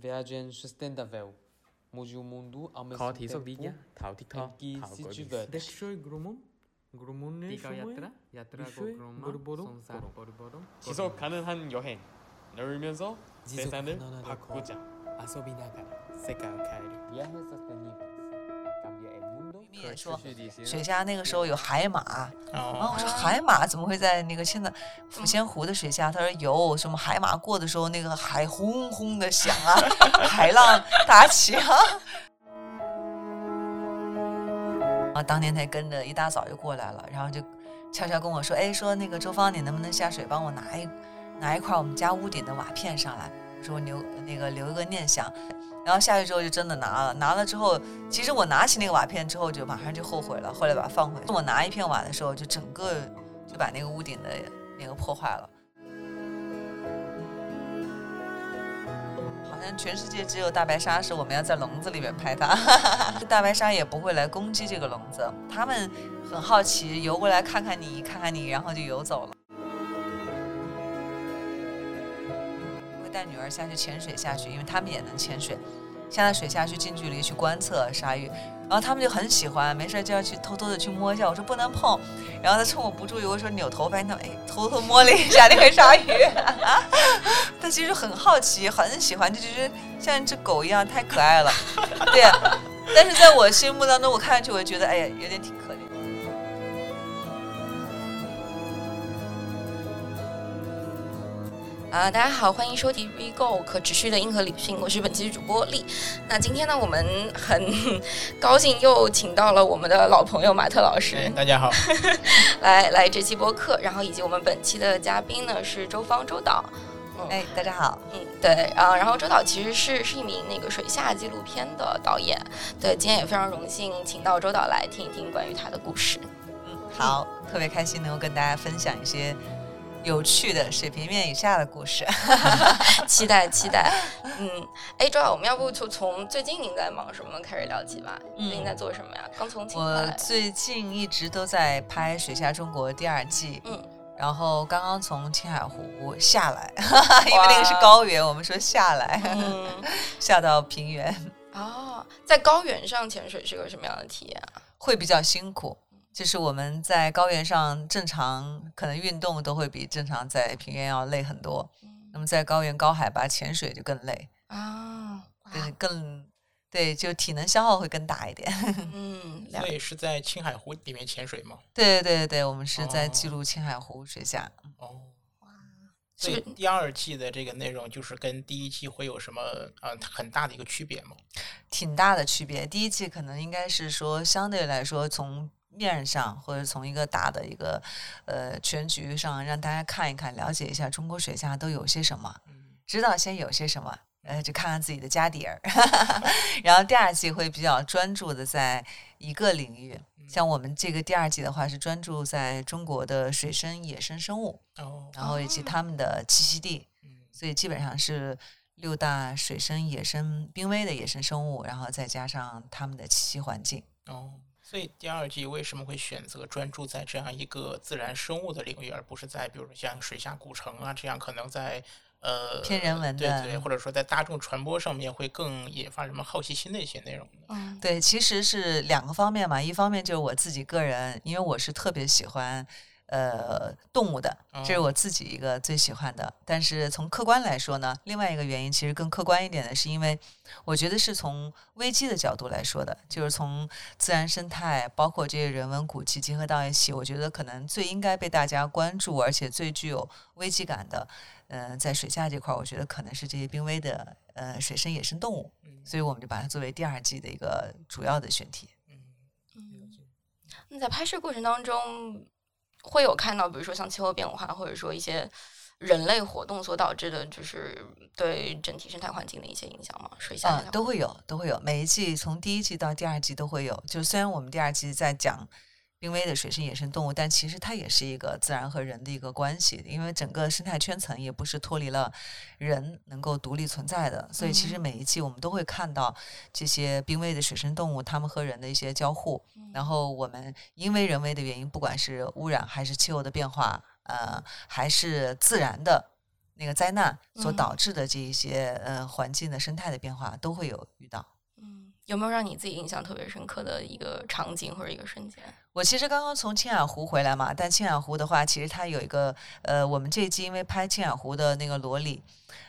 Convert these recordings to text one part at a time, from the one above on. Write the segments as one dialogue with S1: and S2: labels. S1: Viagem sustentável. Mude o mundo ao mesmo
S2: ខធីសុកឌីយ៉ា
S1: tempo
S2: ថៅទីខថៅ
S1: em que
S2: កុយ
S1: se
S2: ប៊ី
S1: diverte.
S3: Dekshoy grumum
S1: Grumune
S3: Tika yatra
S1: shume
S3: yatra
S1: Bishoy
S3: gokroma
S1: gorborom
S3: sonsar
S1: gorom.
S3: borborom
S1: 지속 가능한 여행. 넓으면서
S3: 지속
S1: 세상을
S3: 가능한
S1: 바꾸자.
S3: asobi nagara sekai o kaeru
S1: Viaje sostenible. Cambia el mundo.
S4: 你也说
S2: 去旅行。
S4: 水下那个时候有海马，然后
S3: 哦
S4: 我说海马怎么会在那个现在抚仙湖的水下？他说有什么海马过的时候，那个海轰轰的响啊，海浪打起啊。啊，当年才跟着一大早就过来了，然后就悄悄跟我说，哎，说那个周芳，你能不能下水帮我拿一拿一块我们家屋顶的瓦片上来？我说我留那个留一个念想。然后下去之后就真的拿了，拿了之后，其实我拿起那个瓦片之后就马上就后悔了，后来把它放回去。我拿一片瓦的时候，就整个就把那个屋顶的那个破坏了。好像全世界只有大白鲨是我们要在笼子里面拍它， 大白鲨也不会来攻击这个笼子，它们很好奇，游过来看看你，看看你，然后就游走了。会带女儿下去潜水下去，因为他们也能潜水，下到水下去近距离去观测鲨鱼，然后他们就很喜欢，没事儿就要去偷偷的去摸一下，我说不能碰，然后他趁我不注意，我说扭头发现他们哎偷偷摸了一下那个鲨鱼，他其实很好奇，很喜欢，就觉得像一只狗一样太可爱了，对，但是在我心目当中，我看上去我就觉得哎呀有点挺可怜。
S5: 啊、大家好，欢迎收听 V Go 可持续的硬核理性，我是本期主播丽。那今天呢，我们很高兴又请到了我们的老朋友马特老师
S6: 哎大家好，
S5: 来来这期播客，然后以及我们本期的嘉宾呢是周芳周导。
S4: 哎，大家好，
S5: 嗯，对啊，然后周导其实是是一名那个水下纪录片的导演，对，今天也非常荣幸请到周导来听一听关于他的故事。
S4: 好，特别开心能够跟大家分享一些有趣的水平面以下的故事。
S5: 期待期待。嗯，哎，周导，我们要不就从最近您在忙什么开始聊起吧？
S4: 嗯
S5: 最近在做什么呀？刚从清
S4: 我
S5: 华。
S4: 最近一直都在拍《水下中国》第二季，
S5: 嗯，
S4: 然后刚刚从青海湖下来，因为那个是高原，我们说下来，
S5: 嗯，
S4: 下到平原
S5: 哦，在高原上潜水是个什么样的体验啊？
S4: 会比较辛苦。就是我们在高原上正常可能运动都会比正常在平原要累很多，那么在高原高海拔潜水就更累，
S5: 啊，
S4: 就是更对，就体能消耗会更大一点。
S5: 嗯，了
S6: 所以是在青海湖里面潜水吗？
S4: 对对对，我们是在记
S6: 哦
S4: 录青海湖水下。
S6: 哦，
S5: 是
S6: 所以第二季的这个内容就是跟第一季会有什么呃很大的一个区别吗？
S4: 挺大的区别。第一季可能应该是说相对来说从面上或者从一个大的一个呃全局上让大家看一看，了解一下中国水下都有些什么，知道先有些什么。呃，就看看自己的家底儿， 然后第二季会比较专注的在一个领域，像我们这个第二季的话是专注在中国的水生野生生物，
S6: 哦，
S4: 然后以及它们的栖息地，
S6: 嗯
S4: 所以基本上是六大水生、野生、濒危的野生生物，然后再加上它们的栖息环境。
S6: 哦，所以第二季为什么会选择专注在这样一个自然生物的领域，而不是在比如说像水下古城啊这样可能在呃
S4: 偏人文
S6: 对
S4: 的
S6: 对，或者说在大众传播上面会更引发人们好奇心的一些内容呢？
S5: 嗯，
S4: 对，其实是两个方面嘛，一方面就是我自己个人，因为我是特别喜欢。呃，动物的，这是
S6: 哦
S4: 我自己一个最喜欢的。但是从客观来说呢，另外一个原因其实更客观一点的是，因为我觉得是从危机的角度来说的，就是从自然生态包括这些人文古迹结合到一起，我觉得可能最应该被大家关注，而且最具有危机感的，呃，在水下这块儿，我觉得可能是这些濒危的呃水生野生动物。
S6: 嗯
S4: 所以我们就把它作为第二季的一个主要的选题。
S6: 嗯，
S5: 那在拍摄过程当中，会有看到，比如说像气候变化，或者说一些人类活动所导致的，就是对整体生态环境的一些影响吗？水下
S4: 啊
S5: 影响、，
S4: 都会有，都会有。每一季从第一季到第二季都会有。就虽然我们第二季在讲濒危的水生野生动物，但其实它也是一个自然和人的一个关系，因为整个生态圈层也不是脱离了人能够独立存在的。所以其实
S5: 嗯
S4: 每一季我们都会看到这些濒危的水生动物它们和人的一些交互。然后我们因为人为的原因，不管是污染还是气候的变化，呃，还是自然的。那个灾难所
S5: 嗯
S4: 导致的这一些、呃环境的生态的变化都会有遇到。
S5: 嗯，有没有让你自己印象特别深刻的一个场景或者一个瞬间？
S4: 我其实刚刚从青海湖回来嘛，但青海湖的话，其实它有一个呃，我们这一季因为拍青海湖的那个罗里，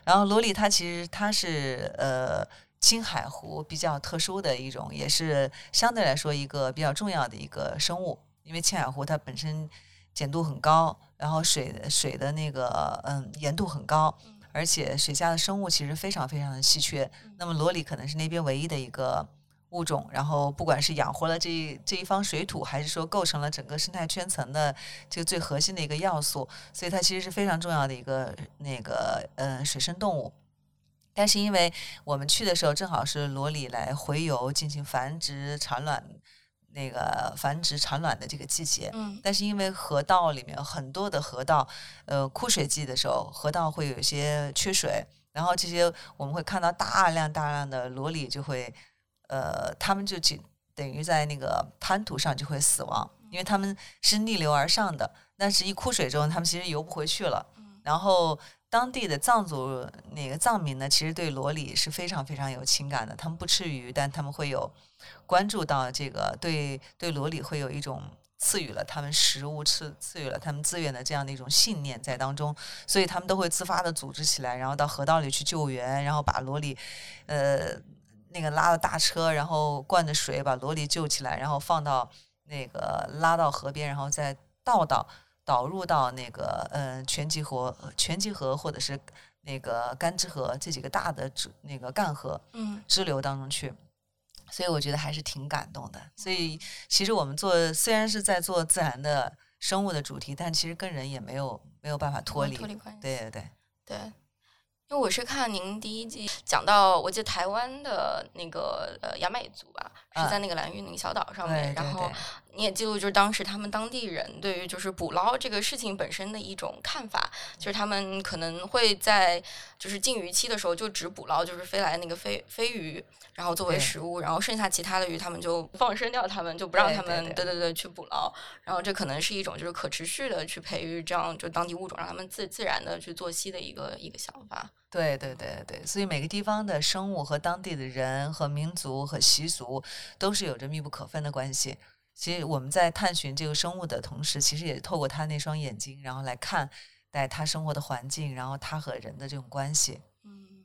S4: 然后罗里它其实它是呃青海湖比较特殊的一种，也是相对来说一个比较重要的一个生物，因为青海湖它本身碱度很高，然后水水的那个嗯盐度很高，而且水下的生物其实非常非常的稀缺，那么罗里可能是那边唯一的一个。物种，然后不管是养活了这一这一方水土，还是说构成了整个生态圈层的这个最核心的一个要素，所以它其实是非常重要的一个那个呃水生动物。但是因为我们去的时候正好是罗里来洄游进行繁殖产卵，那个繁殖产卵的这个季节，
S5: 嗯
S4: 但是因为河道里面很多的河道，呃，枯水季的时候，河道会有一些缺水，然后这些我们会看到大量大量的罗里就会，呃，他们就仅等于在那个滩涂上就会死亡，因为他们是逆流而上的，但是一枯水之后，他们其实游不回去了。然后当地的藏族那个藏民呢，其实对罗里是非常非常有情感的，他们不吃鱼，但他们会有关注到这个对对罗里会有一种赐予了他们食物，赐赐予了他们资源的这样的一种信念在当中，所以他们都会自发的组织起来，然后到河道里去救援，然后把罗里，呃，那个拉了大车，然后灌着水把罗里救起来，然后放到那个拉到河边，然后再倒到导入到那个呃全集河、全集河或者是那个甘芝河这几个大的支那个干河，
S5: 嗯
S4: 支流当中去，所以我觉得还是挺感动的。所以其实我们做虽然是在做自然的生物的主题，但其实跟人也没有没有办法脱离。
S5: 脱离关系。
S4: 对对对，
S5: 对，因为我是看您第一季讲到，我记得台湾的那个呃雅美族吧，是
S4: 嗯
S5: 在那个兰屿那个小岛上
S4: 对
S5: 面，
S4: 对
S5: 然后
S4: 对
S5: 你也记录就是当时他们当地人对于就是捕捞这个事情本身的一种看法，就是他们可能会在就是禁渔期的时候就只捕捞就是飞来那个飞飞鱼，然后作为
S4: 对
S5: 食物，然后剩下其他的鱼他们就放生掉，他们就不让
S4: 对
S5: 他
S4: 对
S5: 们
S4: 对
S5: 对对去捕捞，然后这可能是一种就是可持续的去培育这样就当地物种，让他们自自然的去作息的一个一个想法。
S4: 对对对对，所以每个地方的生物和当地的人和民族和习俗都是有着密不可分的关系。其实我们在探寻这个生物的同时，其实也透过他那双眼睛，然后来看待他生活的环境，然后他和人的这种关系。
S5: 嗯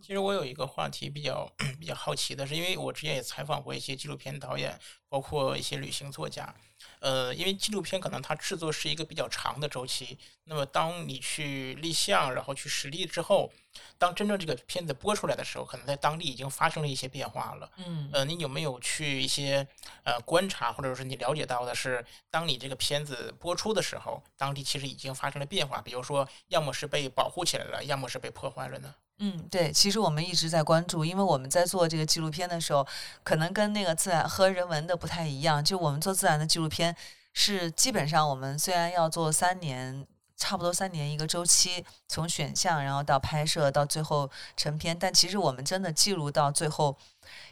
S6: 其实我有一个话题比较 比较好奇的是，因为我之前也采访过一些纪录片导演，包括一些旅行作家。呃，因为纪录片可能它制作是一个比较长的周期，那么当你去立项，然后去实地之后，当真正这个片子播出来的时候，可能在当地已经发生了一些变化了。
S4: 嗯
S6: 呃，你有没有去一些呃观察，或者是你了解到的是，当你这个片子播出的时候，当地其实已经发生了变化，比如说，要么是被保护起来了，要么是被破坏了呢？
S4: 嗯，对，其实我们一直在关注，因为我们在做这个纪录片的时候，可能跟那个自然和人文的不太一样。就我们做自然的纪录片，是基本上我们虽然要做三年，差不多三年一个周期，从选项然后到拍摄到最后成片，但其实我们真的记录到最后，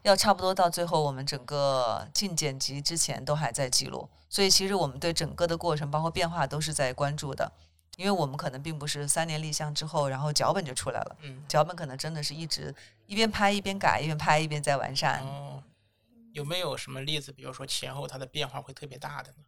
S4: 要差不多到最后我们整个进剪辑之前都还在记录，所以其实我们对整个的过程包括变化都是在关注的，因为我们可能并不是三年立项之后，然后脚本就出来了。
S6: 嗯，
S4: 脚本可能真的是一直一边拍一边改，一边拍一边在完善。
S6: 哦，有没有什么例子？比如说前后它的变化会特别大的呢？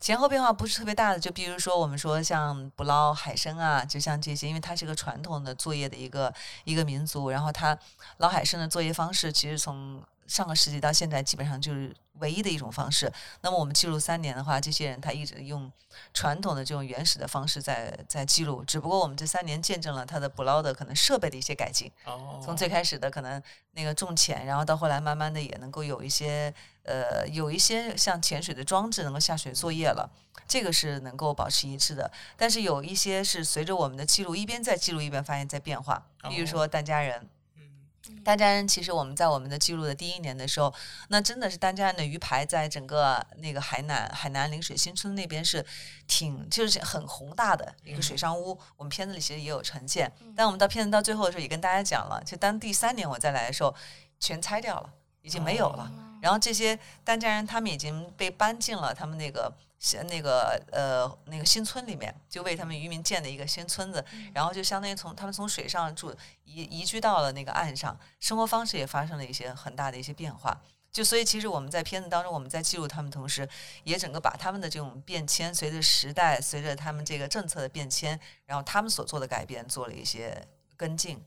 S4: 前后变化不是特别大的，就比如说我们说像捕捞海参啊，就像这些，因为它是个传统的作业的一个一个民族，然后它捞海参的作业方式其实从上个世纪到现在基本上就是唯一的一种方式。那么我们记录三年的话，这些人他一直用传统的这种原始的方式在在记录，只不过我们这三年见证了他的捕捞的可能设备的一些改进。
S6: 哦，
S4: 从最开始的可能那个重潜，然后到后来慢慢的也能够有一些呃有一些像潜水的装置能够下水作业了，这个是能够保持一致的。但是有一些是随着我们的记录一边在记录一边发现在变化，比如说疍家人。
S6: 哦嗯
S4: 单家人其实我们在我们的记录的第一年的时候，那真的是单家人的鱼排在整个那个海南海南陵水新村那边是挺就是很宏大的一个水上屋，我们片子里其实也有呈现。但我们到片子到
S5: 哦嗯
S4: 最后的时候也跟大家讲了，就当第三年我再来的时候，全拆掉了，已经没有了。然后这些单家人他们已经被搬进了他们那个新那个呃那个新村里面，就为他们渔民建的一个新村子，然后就相当于从他们从水上住移移居到了那个岸上，生活方式也发生了一些很大的一些变化。就所以，其实我们在片子当中，我们在记录他们同时，也整个把他们的这种变迁，随着时代，随着他们这个政策的变迁，然后他们所做的改变，做了一些跟进。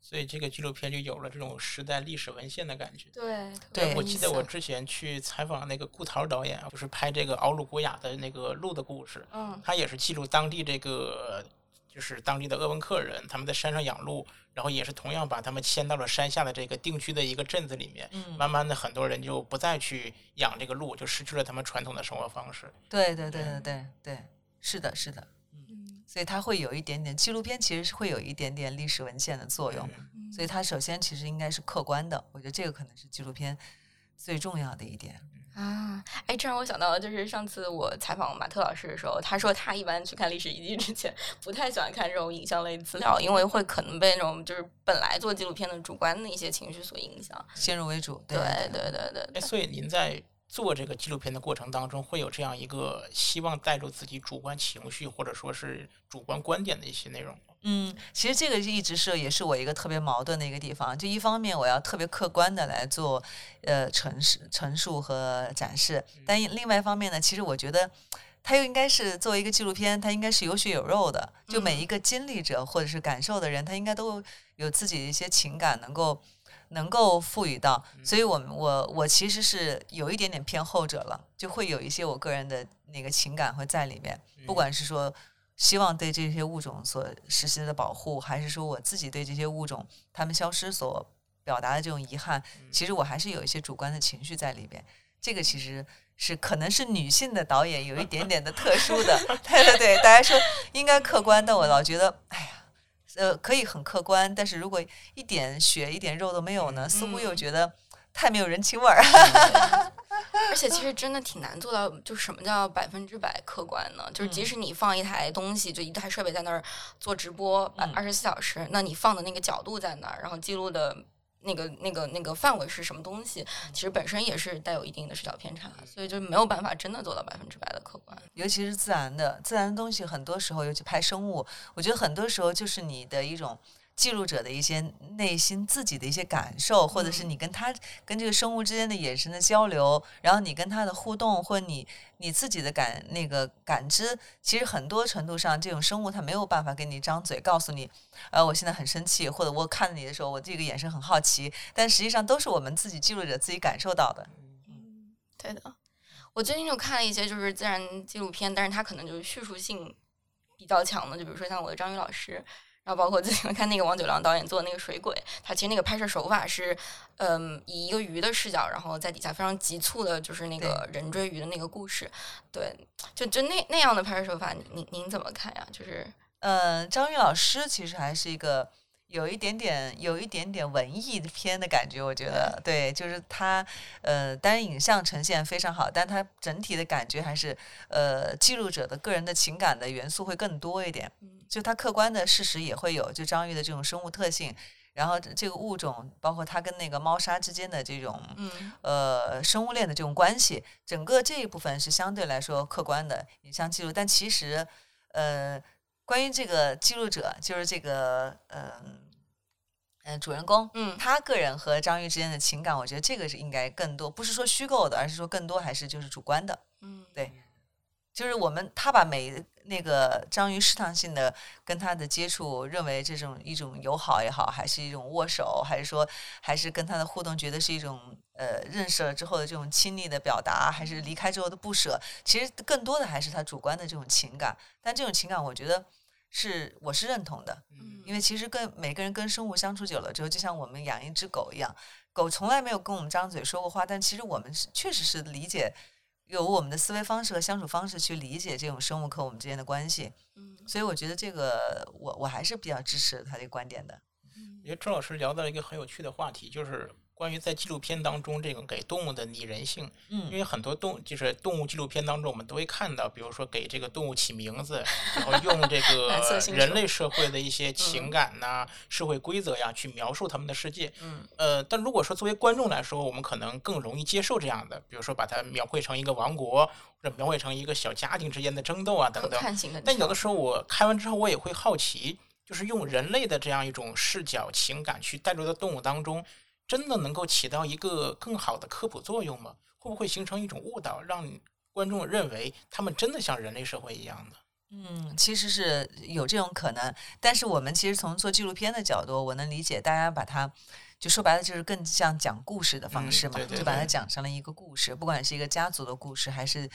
S6: 所以这个纪录片就有了这种时代历史文献的感觉。
S5: 对
S4: 对
S6: 我记得
S4: 意
S6: 我
S4: 思
S6: 之前去采访那个顾桃导演，啊就是拍这个《敖鲁古雅》的那个鹿的故事，
S5: 嗯，
S6: 他也是记录当地这个就是当地的鄂温克人，他们在山上养鹿，然后也是同样把他们迁到了山下的这个定居的一个镇子里面。
S4: 嗯，
S6: 慢慢的，很多人就不再去养这个鹿，就失去了他们传统的生活方式。
S4: 对对对对对对，是的，是的。嗯所以它会有一点点纪录片，其实是会有一点点历史文献的作用。所以它首先其实应该是客观的，我觉得这个可能是纪录片最重要的一点。
S5: 啊，哎，这让我想到了，就是上次我采访马特老师的时候，他说他一般去看历史遗迹之前，不太喜欢看这种影像类资料，因为会可能被那种就是本来做纪录片的主观的一些情绪所影响。
S4: 先入为主，
S5: 对
S4: 对
S5: 对对对
S6: 哎，所以您在做这个纪录片的过程当中，会有这样一个希望带入自己主观情绪或者说是主观观点的一些内容吗。
S4: 嗯，其实这个一直是也是我一个特别矛盾的一个地方。就一方面，我要特别客观的来做，呃，陈述、陈述和展示；但一另外一方面呢，其实我觉得它又应该是作为一个纪录片，它应该是有血有肉的。就每一个经历者或者是感受的人，他应该都有自己的一些情感，能够能够赋予到。所以我们，我我我其实是有一点点偏后者了，就会有一些我个人的那个情感会在里面，不管是说。希望对这些物种所实行的保护，还是说我自己对这些物种它们消失所表达的这种遗憾，其实我还是有一些主观的情绪在里边。这个其实是可能是女性的导演有一点点的特殊的，对对对，大家说应该客观，但我老觉得，哎呀，呃，可以很客观，但是如果一点血一点肉都没有呢，似乎又觉得太没有人情味儿。
S5: 而且其实真的挺难做到，就什么叫百分之百客观呢？就是即使你放一台东西，就一台设备在那儿做直播，二十四小时，那你放的那个角度在那儿，然后记录的那个、那个、那个范围是什么东西，其实本身也是带有一定的视角偏差，所以就没有办法真的做到百分之百的客观。
S4: 尤其是自然的，自然的东西很多时候，尤其拍生物，我觉得很多时候就是你的一种记录者的一些内心自己的一些感受，或者是你跟他跟这个生物之间的眼神的交流，然后你跟他的互动，或者你你自己的感那个感知，其实很多程度上，这种生物它没有办法跟你张嘴告诉你，呃，我现在很生气，或者我看着你的时候，我这个眼神很好奇，但实际上都是我们自己记录者自己感受到的。
S5: 对的，我最近就看了一些就是自然纪录片，但是它可能就是叙述性比较强的，就比如说像我的张宇老师，然后包括最近看那个王九良导演做的那个《水鬼》，他其实那个拍摄手法是，嗯，以一个鱼的视角，然后在底下非常急促的，就是那个人追鱼的那个故事，对，就就那那样的拍摄手法，您您您怎么看呀？就是
S4: 呃，张宇老师其实还是一个有一点点、有一点点文艺片的感觉，我觉得对，就是他呃，当然影像呈现非常好，但他整体的感觉还是呃，记录者的个人的情感的元素会更多一点，就他客观的事实也会有，就张玉的这种生物特性。然后这个物种，包括它跟那个猫砂之间的这种
S5: 嗯
S4: 呃生物链的这种关系，整个这一部分是相对来说客观的影像记录，但其实呃，关于这个记录者，就是这个呃呃主人公。
S5: 嗯
S4: 他个人和张玉之间的情感，我觉得这个是应该更多，不是说虚构的，而是说更多还是就是主观的。
S5: 嗯
S4: 就是我们他把每那个章鱼试探性的跟他的接触，认为这种一种友好也好，还是一种握手，还是说还是跟他的互动，觉得是一种呃认识了之后的这种亲密的表达，还是离开之后的不舍，其实更多的还是他主观的这种情感。但这种情感，我觉得是我是认同的，
S5: 嗯
S4: 因为其实跟每个人跟生物相处久了之后，就像我们养一只狗一样，狗从来没有跟我们张嘴说过话，但其实我们是确实是理解，有我们的思维方式和相处方式去理解这种生物和我们之间的关系。
S5: 嗯
S4: 所以我觉得这个我我还是比较支持他这个观点的。
S5: 嗯
S6: 我觉得周老师聊到一个很有趣的话题，就是关于在纪录片当中这个给动物的拟人性，因
S4: 嗯，
S6: 为很多动就是动物纪录片当中，我们都会看到，比如说给这个动物起名字，然后用这
S5: 蓝色
S6: 个
S5: 星球嗯
S6: 人类社会的一些情感呐、社会规则呀，去描述他们的世界。
S4: 嗯，
S6: 呃，但如果说作为观众来说，我们可能更容易接受这样的，比如说把它描绘成一个王国，或者描绘成一个小家庭之间的争斗啊等
S5: 可
S6: 等。
S5: 看性很
S6: 但有
S5: 强
S6: 的。时候我看完之后，我也会好奇，就是用人类的这样一种视角、情感去带入到动物当中，真的能够起到一个更好的科普作用吗？会不会形成一种误导，让观众认为他们真的像人类社会一样的？
S4: 嗯，其实是有这种可能，但是我们其实从做纪录片的角度，我能理解大家把它，就说白了就是更像讲故事的方
S6: 嗯
S4: 式嘛，
S6: 对对
S4: 就把它
S6: 对
S4: 讲成了一个故事，不管是一个家族的故事，还是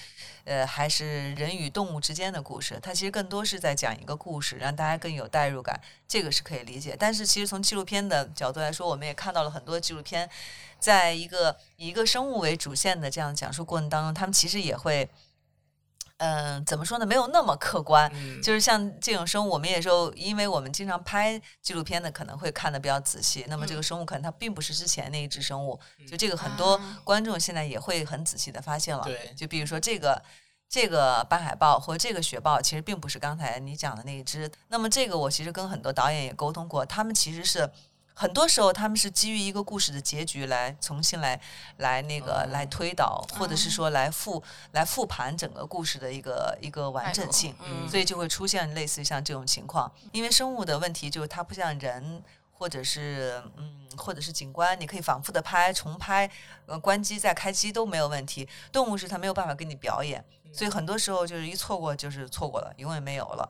S4: 呃还是人与动物之间的故事，它其实更多是在讲一个故事，让大家更有代入感，这个是可以理解。但是其实从纪录片的角度来说，我们也看到了很多纪录片，在一个以一个生物为主线的这样讲述过程当中，他们其实也会。嗯、怎么说呢？没有那么客观，
S6: 嗯，
S4: 就是像这种生物，我们也说，因为我们经常拍纪录片的，可能会看的比较仔细。那么这个生物可能它并不是之前那一只生物，就这个很多
S5: 啊
S4: 观众现在也会很仔细的发现了。
S6: 对
S4: 就比如说这个这个斑海豹或这个雪豹，其实并不是刚才你讲的那一只。那么这个我其实跟很多导演也沟通过，他们其实是。很多时候，他们是基于一个故事的结局来重新来来那个来推导，或者
S5: 啊
S4: 是说来复来复盘整个故事的一个一个完
S5: 脉
S4: 整
S5: 络
S4: 性。
S5: 嗯，
S4: 所以就会出现类似于像这种情况。因为生物的问题就是它不像人，或者是嗯，或者是景观，你可以反复的拍、重拍，呃，关机再开机都没有问题。动物是它没有办法跟你表演，所以很多时候就是一错过就是错过了，永远没有了。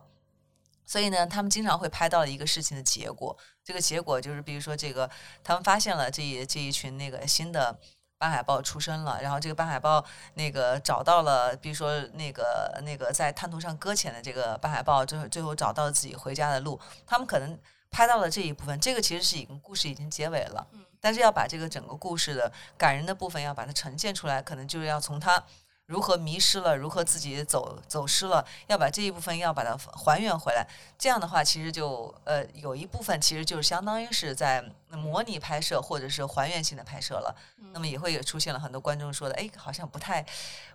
S4: 所以呢，他们经常会拍到一个事情的结果，这个结果就是，比如说这个，他们发现了这一这一群那个新的斑海豹出生了，然后这个斑海豹那个找到了，比如说那个那个在滩涂上搁浅的这个斑海豹，最后最后找到了自己回家的路。他们可能拍到了这一部分，这个其实是已经故事已经结尾了，但是要把这个整个故事的感人的部分要把它呈现出来，可能就是要从他如何迷失了，如何自己走走失了，要把这一部分要把它还原回来。这样的话，其实就呃有一部分其实就是相当于是在模拟拍摄或者是还原性的拍摄了。那么也会有出现了很多观众说的，哎，好像不太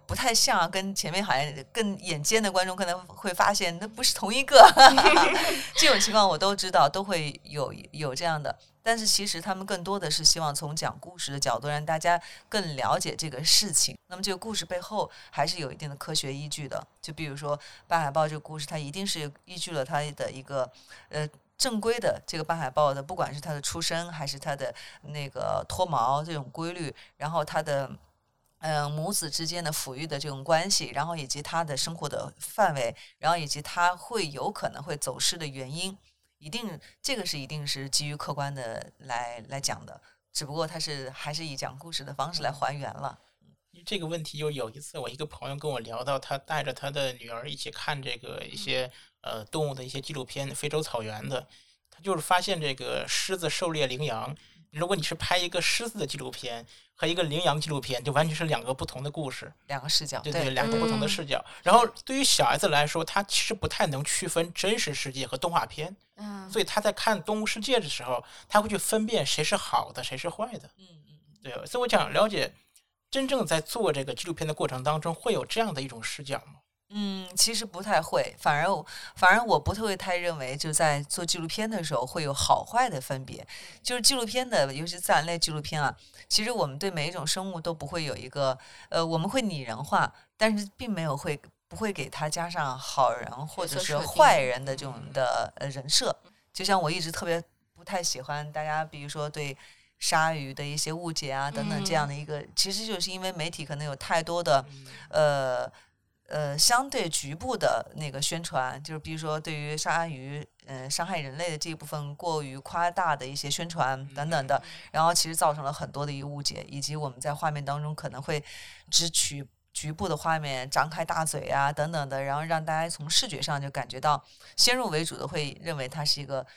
S4: 不太像啊，跟前面好像更眼尖的观众可能会发现那不是同一个。 这种情况我都知道，都会有有这样的。但是其实他们更多的是希望从讲故事的角度，让大家更了解这个事情。那么这个故事背后还是有一定的科学依据的。就比如说《八海豹》这个故事，它一定是依据了它的一个呃正规的这个八海豹的，不管是它的出生还是它的那个脱毛这种规律，然后它的。嗯，母子之间的抚育的这种关系，然后以及它的生活的范围，然后以及它会有可能会走失的原因，一定这个是一定是基于客观的来来讲的，只不过它是还是以讲故事的方式来还原了。
S6: 这个问题又有一次，我一个朋友跟我聊到，他带着他的女儿一起看这个一些呃动物的一些纪录片，非洲草原的，他就是发现这个狮子狩猎羚羊。如果你是拍一个狮子的纪录片和一个羚羊纪录片，就完全是两个不同的故事。
S4: 两个视角，
S6: 对对，两个不同
S5: 嗯
S6: 的视角。然后对于小孩子来说，他其实不太能区分真实世界和动画片，
S5: 嗯，
S6: 所以他在看《动物世界》的时候，他会去分辨谁是好的，谁是坏的。
S4: 嗯嗯，
S6: 对，所以我想了解，真正在做这个纪录片的过程当中，会有这样的一种视角吗？
S4: 嗯，其实不太会，反而我反而我不会太认为，就在做纪录片的时候会有好坏的分别。就是纪录片的，尤其自然类纪录片啊，其实我们对每一种生物都不会有一个，呃，我们会拟人化，但是并没有会不会给它加上好人或者
S5: 角色
S4: 是
S5: 设定嗯
S4: 坏人的这种的呃人设。就像我一直特别不太喜欢大家，比如说对鲨鱼的一些误解啊等等这样的一个，其实就是因为媒体可能有太多的。呃呃相对局部的那个宣传，就是比如说对于鲨鱼呃伤害人类的这一部分过于夸大的一些宣传等等的，然后其实造成了很多的一个误解，以及我们在画面当中可能会只取。局部的画面，张开大嘴啊，等等的，然后让大家从视觉上就感觉到先
S5: 嗯
S4: 入为主的会认为它是一个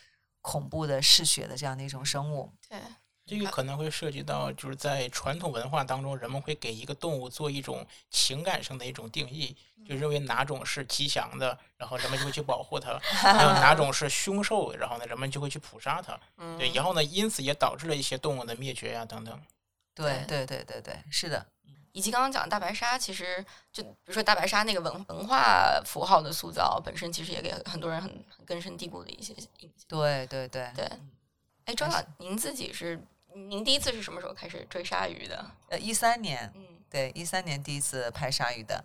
S4: 恐怖的嗜血的这样的一种生物。
S5: 对，
S6: 这个可能会涉及到，就是在传统文化当中，人们会给一个动物做一种情感上的一种定义，就
S4: 嗯
S6: 认为哪种是吉祥的，然后人们就会去保 护它；还有哪种是凶兽，然后呢，人们就会去捕杀它。
S4: 嗯
S6: 对，然后呢，因此也导致了一些动物的灭绝呀、等等。
S4: 对对对对对，是的，
S5: 以及刚刚讲的大白鲨，其实就比如说大白鲨那个文文化符号的塑造，本身其实也给很多人很很根深蒂固的一些印象。
S4: 对对对。
S5: 对，哎，庄导，您自己是您第一次是什么时候开始追鲨鱼的？
S4: 呃，一三年，
S5: 嗯，
S4: 对，一三年第一次拍鲨鱼的，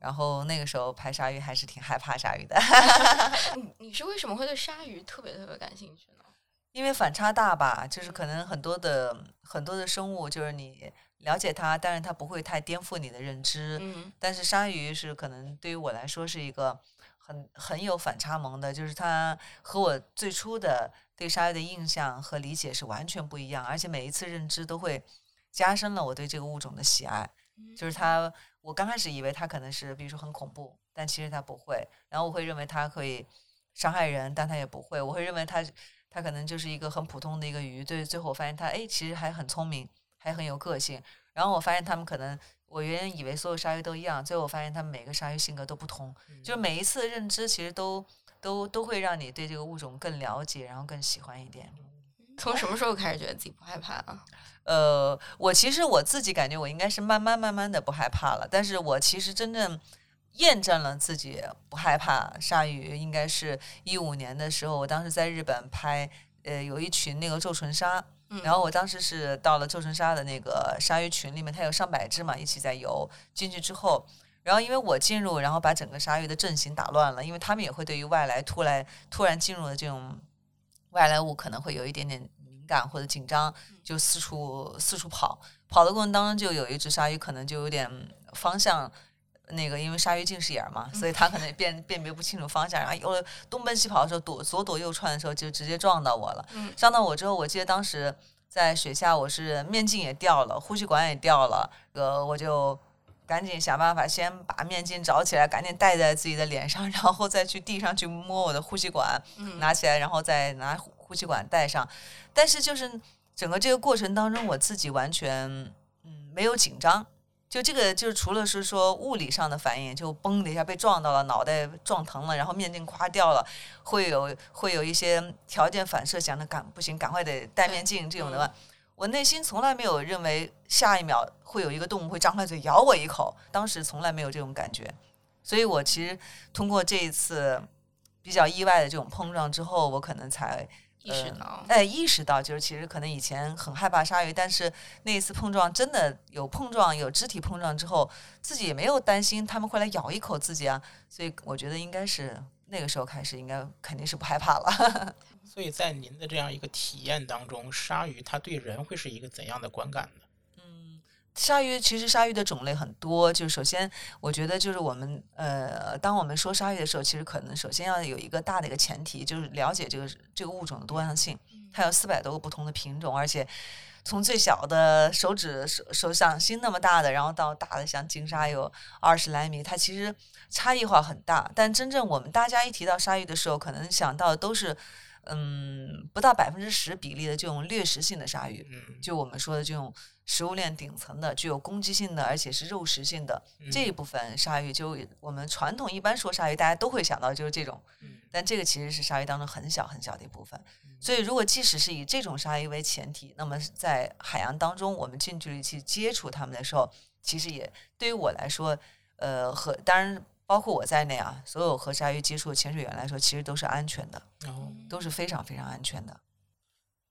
S4: 然后那个时候拍鲨鱼还是挺害怕鲨鱼的，
S5: 你你是为什么会对鲨鱼特别特别感兴趣呢？
S4: 因为反差大吧，就是可能很多的很多的生物，就是你了解它，但是它不会太颠覆你的认知，
S5: 嗯
S4: 但是鲨鱼是可能对于我来说是一个很很有反差萌的，就是它和我最初的对鲨鱼的印象和理解是完全不一样，而且每一次认知都会加深了我对这个物种的喜爱。就是它，我刚开始以为它可能是比如说很恐怖，但其实它不会。然后我会认为它可以伤害人，但它也不会。我会认为它它可能就是一个很普通的一个鱼，对，最后我发现它哎其实还很聪明，还很有个性。然后我发现它们可能我原先以为所有鲨鱼都一样，最后我发现它们每个鲨鱼性格都不同，就是每一次的认知其实都都都会让你对这个物种更了解，然后更喜欢一点。
S5: 嗯从什么时候开始觉得自己不害怕啊？
S4: 呃，我其实我自己感觉我应该是慢慢慢慢的不害怕了，但是我其实真正验证了自己不害怕鲨鱼，应该是一五年的时候，我当时在日本拍，呃，有一群那个皱唇鲨，
S5: 嗯
S4: 然后我当时是到了皱唇鲨的那个鲨鱼群里面，它有上百只嘛，一起在游进去之后。然后因为我进入，然后把整个鲨鱼的阵型打乱了，因为他们也会对于外来突然突然进入的这种外来物可能会有一点点敏感或者紧张，
S5: 嗯
S4: 就四处四处跑。跑的过程当中，就有一只鲨鱼可能就有点方向。那个，因为鲨鱼近视眼儿嘛，所以它可能
S5: 嗯
S4: 辨辨别不清楚方向，然后又东奔西跑的时候，躲左躲右窜的时候，就直接撞到我了。
S5: 嗯
S4: 撞到我之后，我记得当时在水下，我是面镜也掉了，呼吸管也掉了，呃，我就赶紧想办法先把面镜找起来，赶紧戴在自己的脸上， 然后再去地上去摸我的呼吸管，
S5: 嗯，
S4: 拿起来，然后再拿呼呼吸管戴上。但是就是整个这个过程当中，我自己完全嗯没有紧张。就这个，就是除了是说物理上的反应，就嘣的一下被撞到了，脑袋撞疼了，然后面镜夸掉了，会有会有一些条件反射，想着赶不行，赶快得戴面镜这种的吧。我内心从来没有认为下一秒会有一个动物会张开嘴咬我一口，当时从来没有这种感觉。所以我其实通过这一次比较意外的这种碰撞之后，我可能才
S5: 意识到，
S4: 哎意识到，就是其实可能以前很害怕鲨鱼，但是那一次碰撞真的有碰撞，有肢体碰撞之后，自己也没有担心它们会来咬一口自己啊。所以我觉得应该是那个时候开始，应该肯定是不害怕了。
S6: 所以在您的这样一个体验当中，鲨鱼它对人会是一个怎样的观感呢？
S4: 鲨鱼其实鲨鱼的种类很多，就是首先我觉得就是我们呃，当我们说鲨鱼的时候，其实可能首先要有一个大的一个前提，就是了解这个这个物种的多样性。它有四百多个不同的品种，而且从最小的手指手手掌心那么大的，然后到大的像金鲨有二十来米，它其实差异化很大。但真正我们大家一提到鲨鱼的时候，可能想到的都是嗯不到百分之十比例的这种掠食性的鲨鱼。
S6: 嗯，
S4: 就我们说的这种食物链顶层的、具有攻击性的，而且是肉食性的这一部分鲨鱼，就我们传统一般说鲨鱼，大家都会想到就是这种，但这个其实是鲨鱼当中很小很小的一部分。所以，如果即使是以这种鲨鱼为前提，那么在海洋当中，我们近距离去接触它们的时候，其实也对于我来说，呃，和当然包括我在内啊，所有和鲨鱼接触的潜水员来说，其实都是安全的，
S6: 然后
S4: 都是非常非常安全的。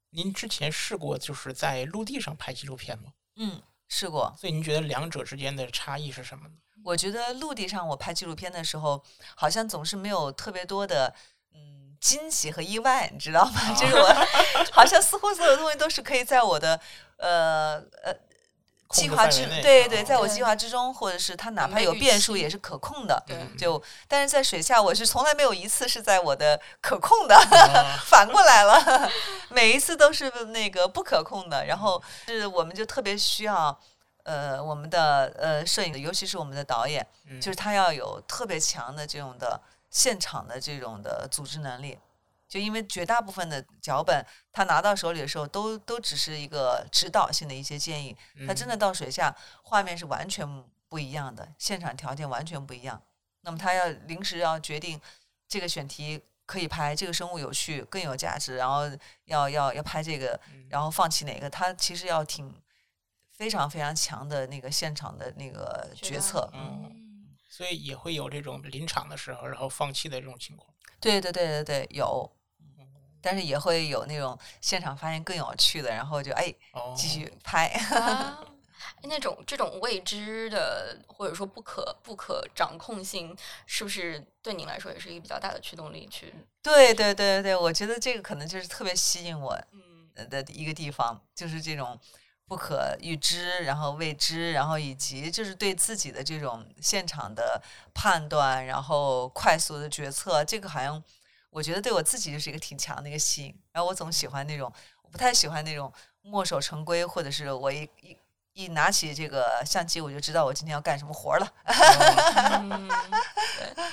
S6: 您之前试过就是在陆地上拍纪录片吗？
S4: 嗯，试过。
S6: 所以您觉得两者之间的差异是什么呢？
S4: 我觉得陆地上我拍纪录片的时候，好像总是没有特别多的嗯惊喜和意外，你知道吗？ 就是我好像似乎所有东西都是可以在我的呃呃
S6: 控
S4: 计
S6: 制
S4: 划
S6: 范
S4: 之
S6: 围内
S4: 对
S6: 啊
S4: 对，在我计
S5: 对
S4: 划之中，或者是它哪
S5: 能
S4: 怕
S5: 被
S4: 有
S5: 预
S4: 变数
S5: 期
S4: 也是可控的。
S5: 对
S6: 嗯
S4: 就但是在水下，我是从来没有一次是在我的可控的，
S6: 啊
S4: 反过来了， 每一次都是那个不可控的。然后是我们就特别需要，呃，我们的呃摄影，尤其是我们的导演，
S6: 嗯
S4: 就是他要有特别强的这种的现场的这种的组织能力。就因为绝大部分的脚本，他拿到手里的时候都都只是一个指导性的一些建议，他真的到水下，画面是完全不一样的，现场条件完全不一样。那么他要临时要决定这个选题可以拍，这个生物有趣更有价值，然后要要要拍这个，然后放弃哪个，他其实要挺非常非常强的那个现场的那个决策。
S6: 嗯， 所以也会有这种临场的时候，然后放弃的这种情况。
S4: 对对对对对，有，但是也会有那种现场发现更有趣的，然后就哎
S6: 哦，
S4: 继续拍。
S5: 啊，那种这种未知的或者说不可不可掌控性，是不是对您来说也是一个比较大的驱动力去？
S4: 对对对对，我觉得这个可能就是特别吸引我
S5: 嗯
S4: 呃的一个地方，就是这种不可预知，然后未知，然后以及就是对自己的这种现场的判断，然后快速的决策，这个好像我觉得对我自己就是一个挺强的一个吸引。然后我总喜欢那种，我不太喜欢那种墨守成规，或者是我一一。一拿起这个相机，我就知道我今天要干什么活儿了。
S5: 嗯，对。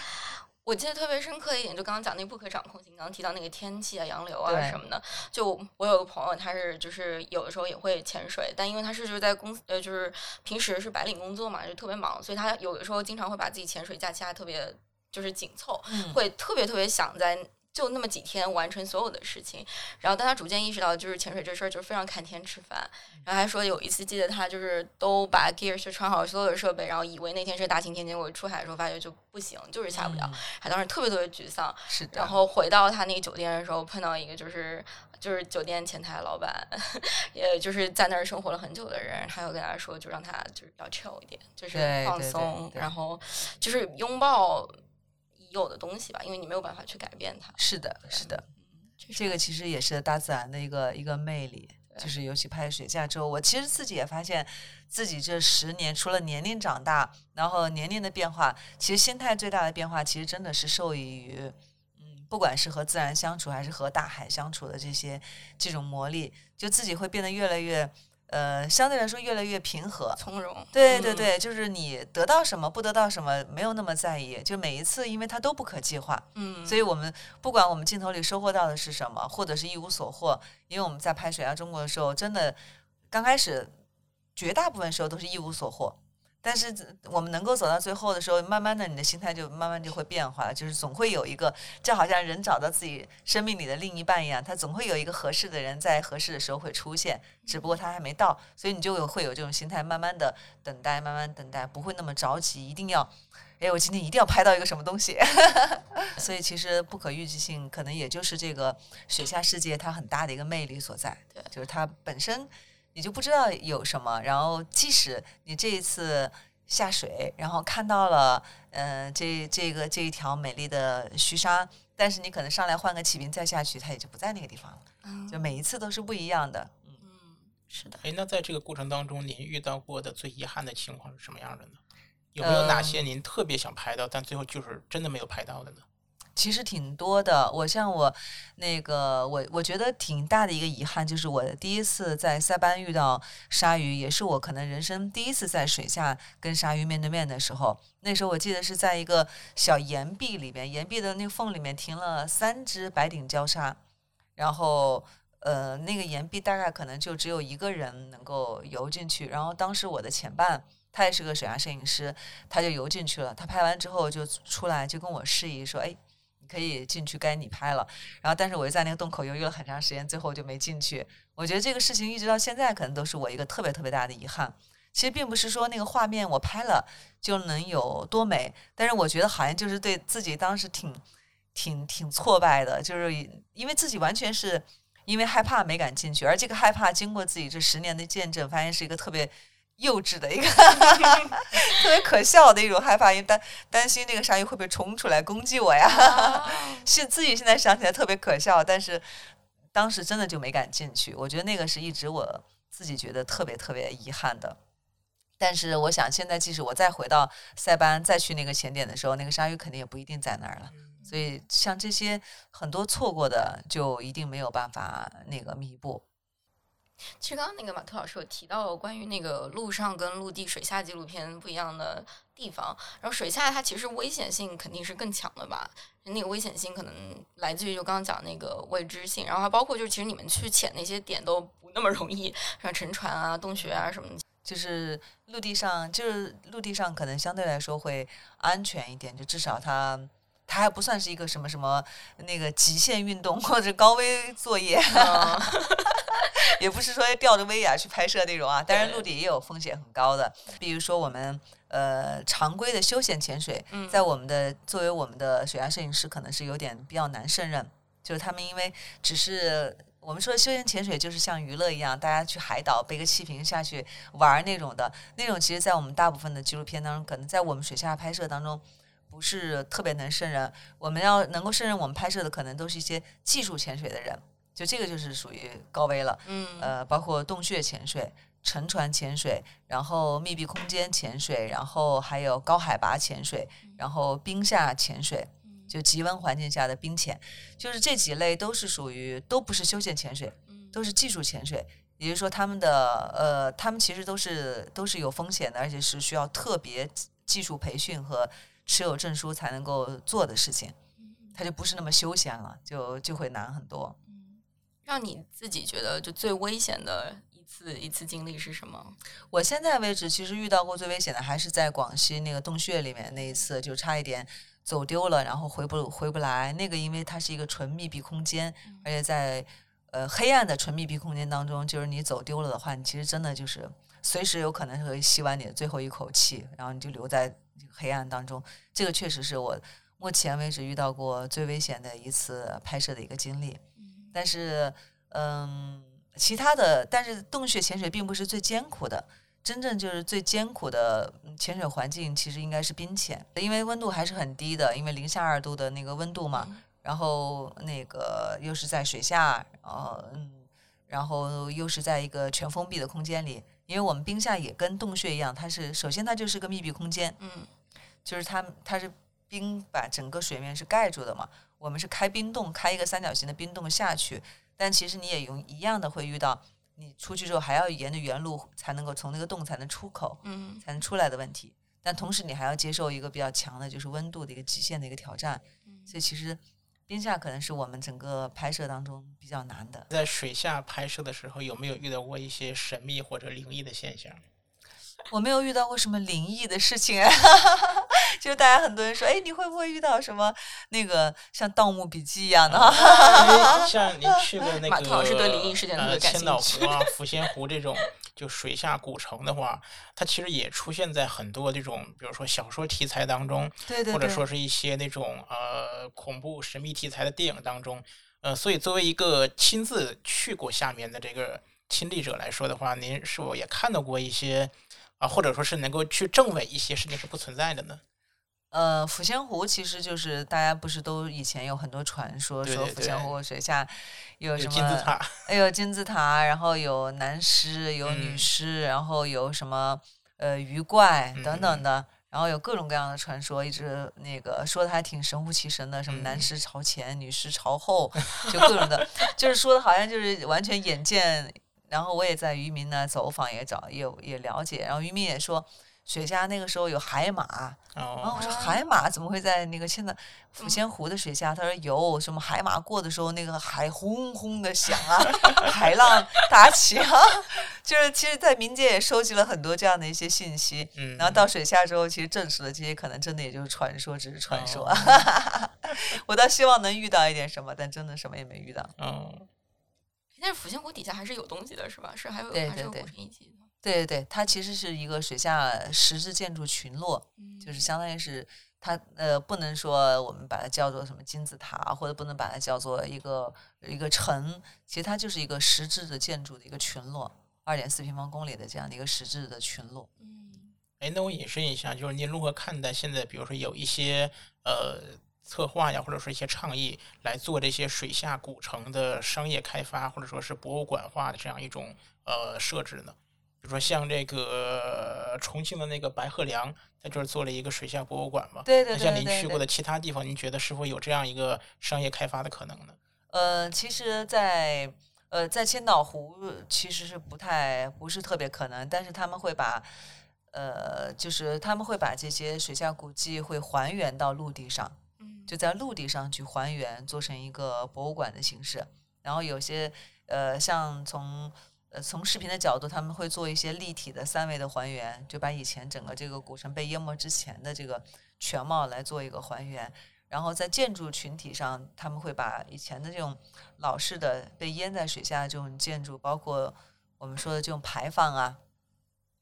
S5: 我记得特别深刻一点，就刚刚讲那个不可掌控性，刚刚提到那个天气啊、洋流啊
S4: 对
S5: 什么的。就我有个朋友，他是就是有的时候也会潜水，但因为他是就是在公司呃，就是平时是白领工作嘛，就特别忙，所以他有的时候经常会把自己潜水假期还特别就是紧凑，
S4: 嗯
S5: 会特别特别想在就那么几天完成所有的事情。然后，但他逐渐意识到，就是潜水这事儿就是非常看天吃饭。然后还说有一次记得他就是都把 gear 是穿好所有的设备，然后以为那天是大晴天，结果出海的时候发觉就不行，就是下不了，
S4: 嗯
S5: 还当时特别特别沮丧。
S4: 是的。
S5: 然后回到他那个酒店的时候，碰到一个就是就是酒店前台老板， 也就是在那儿生活了很久的人，他又跟他说，就让他就是要 chill 一点，就是
S4: 对
S5: 放
S4: 对对
S5: 松，
S4: 对
S5: 然后就是拥抱已有的东西吧，因为你没有办法去改变它。
S4: 是的，是的，
S5: 嗯是
S4: 这个其实也是大自然的一个一个魅力，就是尤其拍水下之后，我其实自己也发现，自己这十年除了年龄长大，然后年龄的变化，其实心态最大的变化，其实真的是受益于，嗯，不管是和自然相处，还是和大海相处的这些这种磨砺，就自己会变得越来越，呃，相对来说越来越平和，
S5: 从容，
S4: 对对
S5: 嗯，
S4: 对，就是你得到什么，不得到什么，没有那么在意。就每一次，因为它都不可计划，
S5: 嗯，
S4: 所以我们不管我们镜头里收获到的是什么，或者是一无所获，因为我们在拍《水下中国》的时候，真的刚开始绝大部分时候都是一无所获。但是我们能够走到最后的时候，慢慢的你的心态就慢慢就会变化，就是总会有一个，就好像人找到自己生命里的另一半一样，他总会有一个合适的人在合适的时候会出现，只不过他还没到，所以你就有会有这种心态，慢慢的等待，慢慢地等待，不会那么着急，一定要，哎，我今天一定要拍到一个什么东西，所以其实不可预计性可能也就是这个水下世界它很大的一个魅力所在，
S5: 对
S4: 就是它本身你就不知道有什么，然后即使你这一次下水，然后看到了呃这这个这一条美丽的徐沙，但是你可能上来换个起瓶再下去，它也就不在那个地方了，
S5: 嗯
S4: 就每一次都是不一样的。
S5: 嗯，是的，
S6: 哎，那在这个过程当中，您遇到过的最遗憾的情况是什么样的呢？有没有哪些
S4: 呃
S6: 您特别想拍到，但最后就是真的没有拍到的呢？
S4: 其实挺多的。我像我那个，我我觉得挺大的一个遗憾，就是我第一次在塞班遇到鲨鱼，也是我可能人生第一次在水下跟鲨鱼面对面的时候。那时候我记得是在一个小岩壁里边，岩壁的那个缝里面停了三只白顶礁鲨，然后。呃，那个岩壁大概可能就只有一个人能够游进去，然后当时我的前伴他也是个水下摄影师，他就游进去了。他拍完之后就出来，就跟我示意说：“哎，你可以进去，该你拍了。然后，但是我就在那个洞口犹豫了很长时间，最后就没进去。我觉得这个事情一直到现在，可能都是我一个特别特别大的遗憾。其实并不是说那个画面我拍了就能有多美，但是我觉得好像就是对自己当时挺挺挺挫败的，就是因为自己完全是因为害怕没敢进去，而这个害怕经过自己这十年的见证，发现是一个特别幼稚的一个 特别可笑的一种害怕，因为担担心那个鲨鱼会不会冲出来攻击我呀。是自 己现在想起来特别可笑，但是当时真的就没敢进去。我觉得那个是一直我自己觉得特别特别遗憾的。但是我想，现在即使我再回到塞班，再去那个潜点的时候，那个鲨鱼肯定也不一定在那儿了。所以像这些很多错过的，就一定没有办法那个弥补。
S5: 其实刚刚那个马特老师有提到关于那个陆上跟陆地、水下纪录片不一样的地方，然后水下它其实危险性肯定是更强的吧？那个危险性可能来自于就刚刚讲那个未知性，然后还包括就是其实你们去潜那些点都不那么容易，像沉船啊、洞穴啊什么的。
S4: 就是陆地上，就是陆地上可能相对来说会安全一点，就至少它它还不算是一个什么什么那个极限运动或者高危作业， 也不是说吊着威亚去拍摄那种啊。当然，
S5: 对
S4: 陆地也有风险很高的，比如说我们呃常规的休闲潜水，
S5: 嗯
S4: 在我们的作为我们的水下摄影师，可能是有点比较难胜任，就是他们因为只是。我们说休闲潜水就是像娱乐一样，大家去海岛背个气瓶下去玩儿那种的，那种其实，在我们大部分的纪录片当中，可能在我们水下拍摄当中，不是特别能胜任。我们要能够胜任我们拍摄的，可能都是一些技术潜水的人，就这个就是属于高危了。
S5: 嗯
S4: 呃，包括洞穴潜水、沉船潜水，然后密闭空间潜水，然后还有高海拔潜水，然后冰下潜水，就极温环境下的冰潜，就是这几类都是属于都不是休闲潜水，都是技术潜水。也就是说，他们的呃，他们其实都是都是有风险的，而且是需要特别技术培训和持有证书才能够做的事情，它就不是那么休闲了，就就会难很多。
S5: 让你自己觉得就最危险的一次一次经历是什么？
S4: 我现在为止，其实遇到过最危险的还是在广西那个洞穴里面那一次，就差一点走丢了，然后回不回不来。那个因为它是一个纯密闭空间，而且在呃黑暗的纯密闭空间当中，就是你走丢了的话，你其实真的就是随时有可能会吸完你的最后一口气，然后你就留在黑暗当中。这个确实是我目前为止遇到过最危险的一次拍摄的一个经历。但是，嗯，其他的，但是洞穴潜水并不是最艰苦的。真正就是最艰苦的嗯潜水环境，其实应该是冰潜，因为温度还是很低的，因为零下二度的那个温度嘛。然后那个又是在水下，呃，嗯，然后又是在一个全封闭的空间里，因为我们冰下也跟洞穴一样，它是首先它就是个密闭空间，
S5: 嗯
S4: 就是它它是冰把整个水面是盖住的嘛，我们是开冰洞，开一个三角形的冰洞下去，但其实你也用一样的会遇到，你出去之后还要沿着原路才能够从那个洞才能出口，
S5: 嗯
S4: 才能出来的问题。但同时你还要接受一个比较强的就是温度的一个极限的一个挑战，所以其实冰下可能是我们整个拍摄当中比较难的。
S6: 在水下拍摄的时候，有没有遇到过一些神秘或者灵异的现象？
S4: 我没有遇到过什么灵异的事情、啊， 就是大家很多人说，哎，你会不会遇到什么那个像《盗墓笔记》一样
S6: 嗯
S4: 的？
S6: 因为像您去过那个
S5: 马特老师对灵异事件特别
S6: 呃
S5: 感兴
S6: 千岛
S5: 趣
S6: 湖啊、抚仙湖这种就水下古城的话，它其实也出现在很多这种，比如说小说题材当中，
S4: 对对对，
S6: 或者说是一些那种呃恐怖神秘题材的电影当中。呃，所以作为一个亲自去过下面的这个亲历者来说的话，您是否也看到过一些啊，或者说是能够去证伪一些事情是不存在的呢？
S4: 呃，抚仙湖其实就是大家不是都以前有很多传说，
S6: 对
S4: 说
S6: 对
S4: 抚仙
S6: 对
S4: 湖水下有
S6: 有
S4: 什么
S6: 金字塔，
S4: 哎有金字塔，然后有男尸，有女
S6: 嗯
S4: 尸，然后有什么呃鱼怪等
S6: 嗯嗯
S4: 等的，然后有各种各样的传说，一直那个说的还挺神乎其神的，什么
S6: 嗯
S4: 男尸朝前，女尸朝后，就各种的，就是说的好像就是完全眼见。然后我也在渔民那走访，也找也也了解，然后渔民也说，水下那个时候有海马，然后
S6: 哦嗯
S4: 我，说海马怎么会在那个现在抚仙湖的水下？他说有什么海马过的时候，那个海轰轰的响 啊，海浪打起啊， 就是其实，在民间也收集了很多这样的一些信息。
S6: 嗯，
S4: 然后到水下之后，其实证实了这些可能真的也就是传说，只是传说。
S6: 哦
S4: 我倒希望能遇到一点什么，但真的什么也没遇到。
S6: 哦。
S5: 但是抚仙湖底下还是有东西的，是吧？是还有
S4: 对
S5: 还是
S4: 对
S5: 有
S4: 对
S5: 古城遗迹的。
S4: 对对对，它其实是一个水下呃石质建筑群落，
S5: 嗯
S4: 就是相当于是它呃，不能说我们把它叫做什么金字塔，或者不能把它叫做一个一个城，其实它就是一个实质的建筑的一个群落，二点四平方公里的这样的一个实质的群落。
S5: 嗯
S6: 哎，那我引申一下，就是您如何看待现在，比如说有一些呃策划呀，或者说一些倡议来做这些水下古城的商业开发，或者说是博物馆化的这样一种呃设置呢？比如说像这个呃重庆的那个白鹤梁，在这儿做了一个水下博物馆嘛。
S4: 对
S6: 那
S4: 对对
S6: 像
S4: 对
S6: 您
S4: 对
S6: 去过的其他地方，您觉得是否有这样一个商业开发的可能呢？
S4: 呃，其实在，呃，在千岛湖其实是不太不是特别可能，但是他们会把呃，就是他们会把这些水下古迹会还原到陆地上，
S5: 嗯
S4: 就在陆地上去还原，做成一个博物馆的形式。然后有些呃，像从呃从视频的角度，他们会做一些立体的三维的还原，就把以前整个这个古城被淹没之前的这个全貌来做一个还原。然后在建筑群体上，他们会把以前的这种老式的被淹在水下的这种建筑，包括我们说的这种牌坊啊。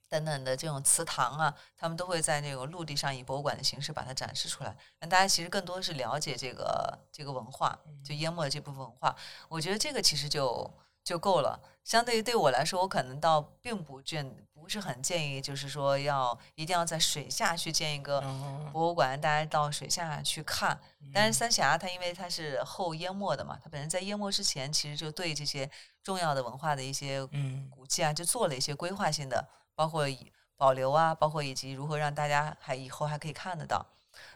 S4: 等等的这种祠堂啊，他们都会在这个陆地上以博物馆的形式把它展示出来，让大家其实更多是了解这个这个文化，就淹没了这部分文化。我觉得这个其实就就够了。相对于对我来说，我可能倒并不建，不是很建议，就是说要一定要在水下去建一个
S6: 嗯
S4: 博物馆，大家到水下去看。但是三峡它因为它是后淹没的嘛，它本身在淹没之前，其实就对这些重要的文化的一些
S6: 嗯
S4: 古迹啊，就做了一些规划性的，包括以保留啊，包括以及如何让大家还以后还可以看得到。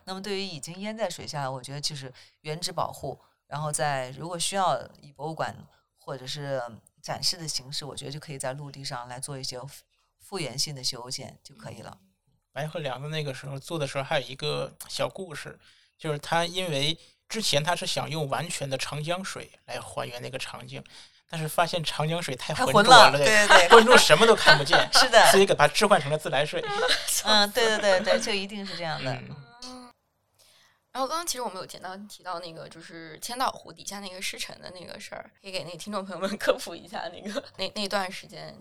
S4: 那么对于已经淹在水下，我觉得就是原址保护，然后在如果需要以博物馆或者是展示的形式，我觉得就可以在陆地上来做一些复复原性的修建就可以了。
S6: 白鹤梁的那个时候做的时候，还有一个小故事，就是他因为之前他是想用完全的长江水来还原那个场景，但是发现长江水太
S4: 太
S6: 浑
S4: 浑
S6: 浊了，
S4: 了，对对 对，，
S6: 浑浊什么都看不见
S4: 是的，
S6: 所以给它置换成了自来水。
S4: 嗯，对对对对，就一定是这样的。
S6: 嗯
S5: 然后刚刚其实我们有提到提到那个就是千岛湖底下那个尸沉的那个事儿，可以给那个听众朋友们 科普一下那个那那段时间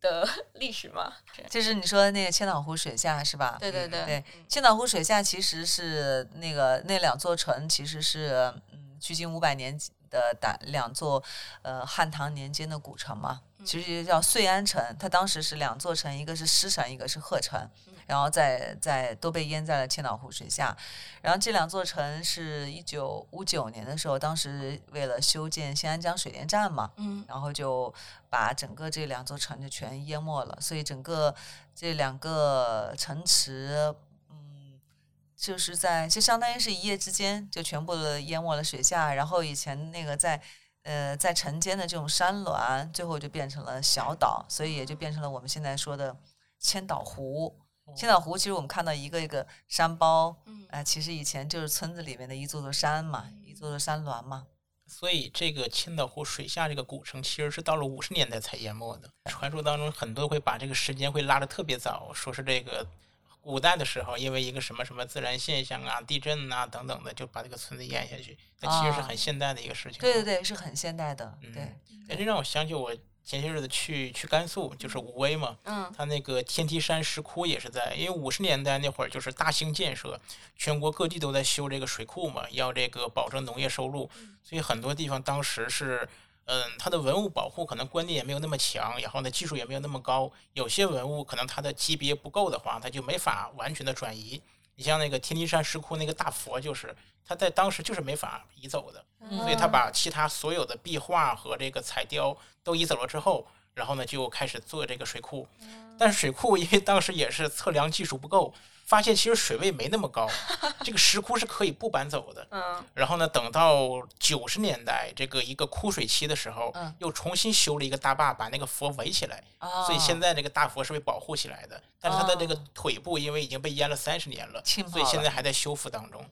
S5: 的 历史吗？是
S4: 就是你说的那个千岛湖水下是吧？
S5: 对对对
S4: 对
S5: 嗯
S4: 千岛湖水下其实是那个那两座城，其实是嗯，距今五百年的打两座呃汉唐年间的古城嘛，
S5: 嗯
S4: 其实叫遂安城。它当时是两座城，一个是狮城，一个是鹤城，
S5: 嗯
S4: 然后在在都被淹在了千岛湖水下。然后这两座城是一九五九年的时候，当时为了修建新安江水电站嘛，
S5: 嗯
S4: 然后就把整个这两座城就全淹没了，所以整个这两个城池，嗯，就是在就相当于是一夜之间就全部的淹没了水下，然后以前那个在。呃，在城间的这种山峦，最后就变成了小岛，所以也就变成了我们现在说的千岛湖。千岛湖其实我们看到一个一个山包，
S5: 哦嗯
S4: 啊、其实以前就是村子里面的一座座山嘛，一座座山峦嘛。
S6: 所以这个千岛湖水下这个古城，其实是到了五十年代才淹没的。传说当中很多会把这个时间会拉得特别早，说是这个古代的时候，因为一个什么什么自然现象啊、地震啊等等的，就把这个村子淹下去。那其实是
S4: 啊
S6: 很现代的一个事情。
S5: 哦
S4: 对对对，是很现代的，
S6: 嗯
S4: 对。
S6: 哎，这让我想起我前些日子去去甘肃，就是武威嘛，
S5: 嗯
S6: 它那个天梯山石窟也是在，因为五十年代那会儿就是大兴建设，全国各地都在修这个水库嘛，要这个保证农业收入，所以很多地方当时是。嗯，它的文物保护可能观念也没有那么强，然后呢，技术也没有那么高。有些文物可能它的级别不够的话，它就没法完全的转移。你像那个天梯山石窟那个大佛，就是它在当时就是没法移走的，
S4: 嗯
S6: 所以他把其他所有的壁画和这个彩雕都移走了之后，然后呢就开始做这个水库。
S4: 嗯
S6: 但是水库因为当时也是测量技术不够，发现其实水位没那么高， 这个石窟是可以不搬走的。
S5: 嗯
S6: 然后呢，等到九十年代这个一个枯水期的时候
S4: 嗯，
S6: 又重新修了一个大坝，把那个佛围起来。
S5: 哦
S4: 啊，
S6: 所以现在这个大佛是被保护起来的，但是它的这个
S4: 哦
S6: 腿部因为已经被淹了三十年了，
S4: 浸泡
S6: 所以现
S4: 了
S6: 在还在修复当中。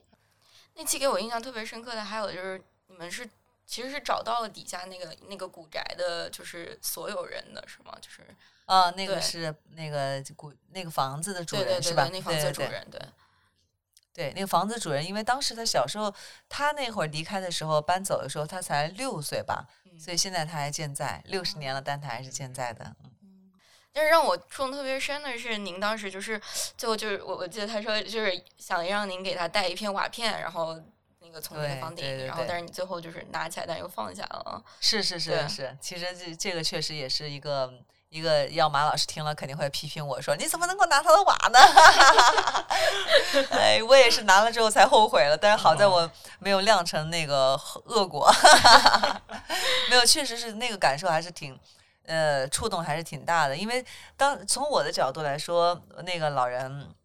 S5: 那期给我印象特别深刻的还有就是你们是其实是找到了底下那个那个古宅的，就是所有人的是吗？就是
S4: 啊，那个
S5: 哦对
S4: 是那个古那个房子的主
S5: 对对
S4: 人
S5: 对
S4: 是吧
S5: 对，？那房子的主
S4: 对对
S5: 人对，
S4: 对，那个房子主人，因为当时他小时候，他那会儿离开的时候，搬走的时候，他才六岁吧，
S5: 嗯
S4: 所以现在他还健在，六十年了，但他还是健在的。嗯
S5: 但是让我触动特别深的是，您当时就是最后就是我我记得他说就是想让您给他带一片瓦片，然后那个从那
S4: 对
S5: 个房顶，
S4: 对对
S5: 然后
S4: 对
S5: 但是你最后就是拿起来，但又放下了。啊
S4: 是是是
S5: 对
S4: 是，其实这这个确实也是一个一个，要马老师听了肯定会批评我说，你怎么能够拿他的瓦呢？ 哎，我也是拿了之后才后悔了，但是好在我没有酿成那个恶果， 没有，确实是那个感受还是挺。呃，触动还是挺大的，因为当从我的角度来说，那个老人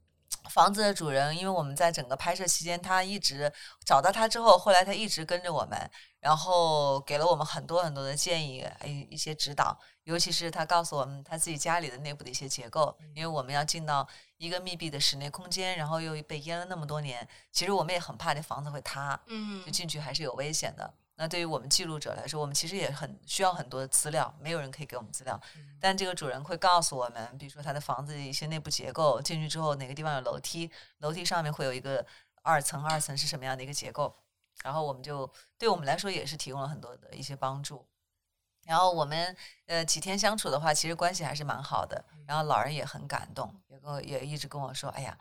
S4: 房子的主人，因为我们在整个拍摄期间，他一直找到他之后，后来他一直跟着我们，然后给了我们很多很多的建议，一一些指导，尤其是他告诉我们他自己家里的内部的一些结构，因为我们要进到一个密闭的室内空间，然后又被淹了那么多年，其实我们也很怕这房子会塌，
S5: 嗯
S4: 就进去还是有危险的。那对于我们记录者来说，我们其实也很需要很多的资料，没有人可以给我们资料。但这个主人会告诉我们，比如说他的房子的一些内部结构，进去之后哪个地方有楼梯，楼梯上面会有一个二层，二层是什么样的一个结构。然后我们就对我们来说也是提供了很多的一些帮助。然后我们呃几天相处的话，其实关系还是蛮好的。然后老人也很感动，也跟我也一直跟我说：“哎呀，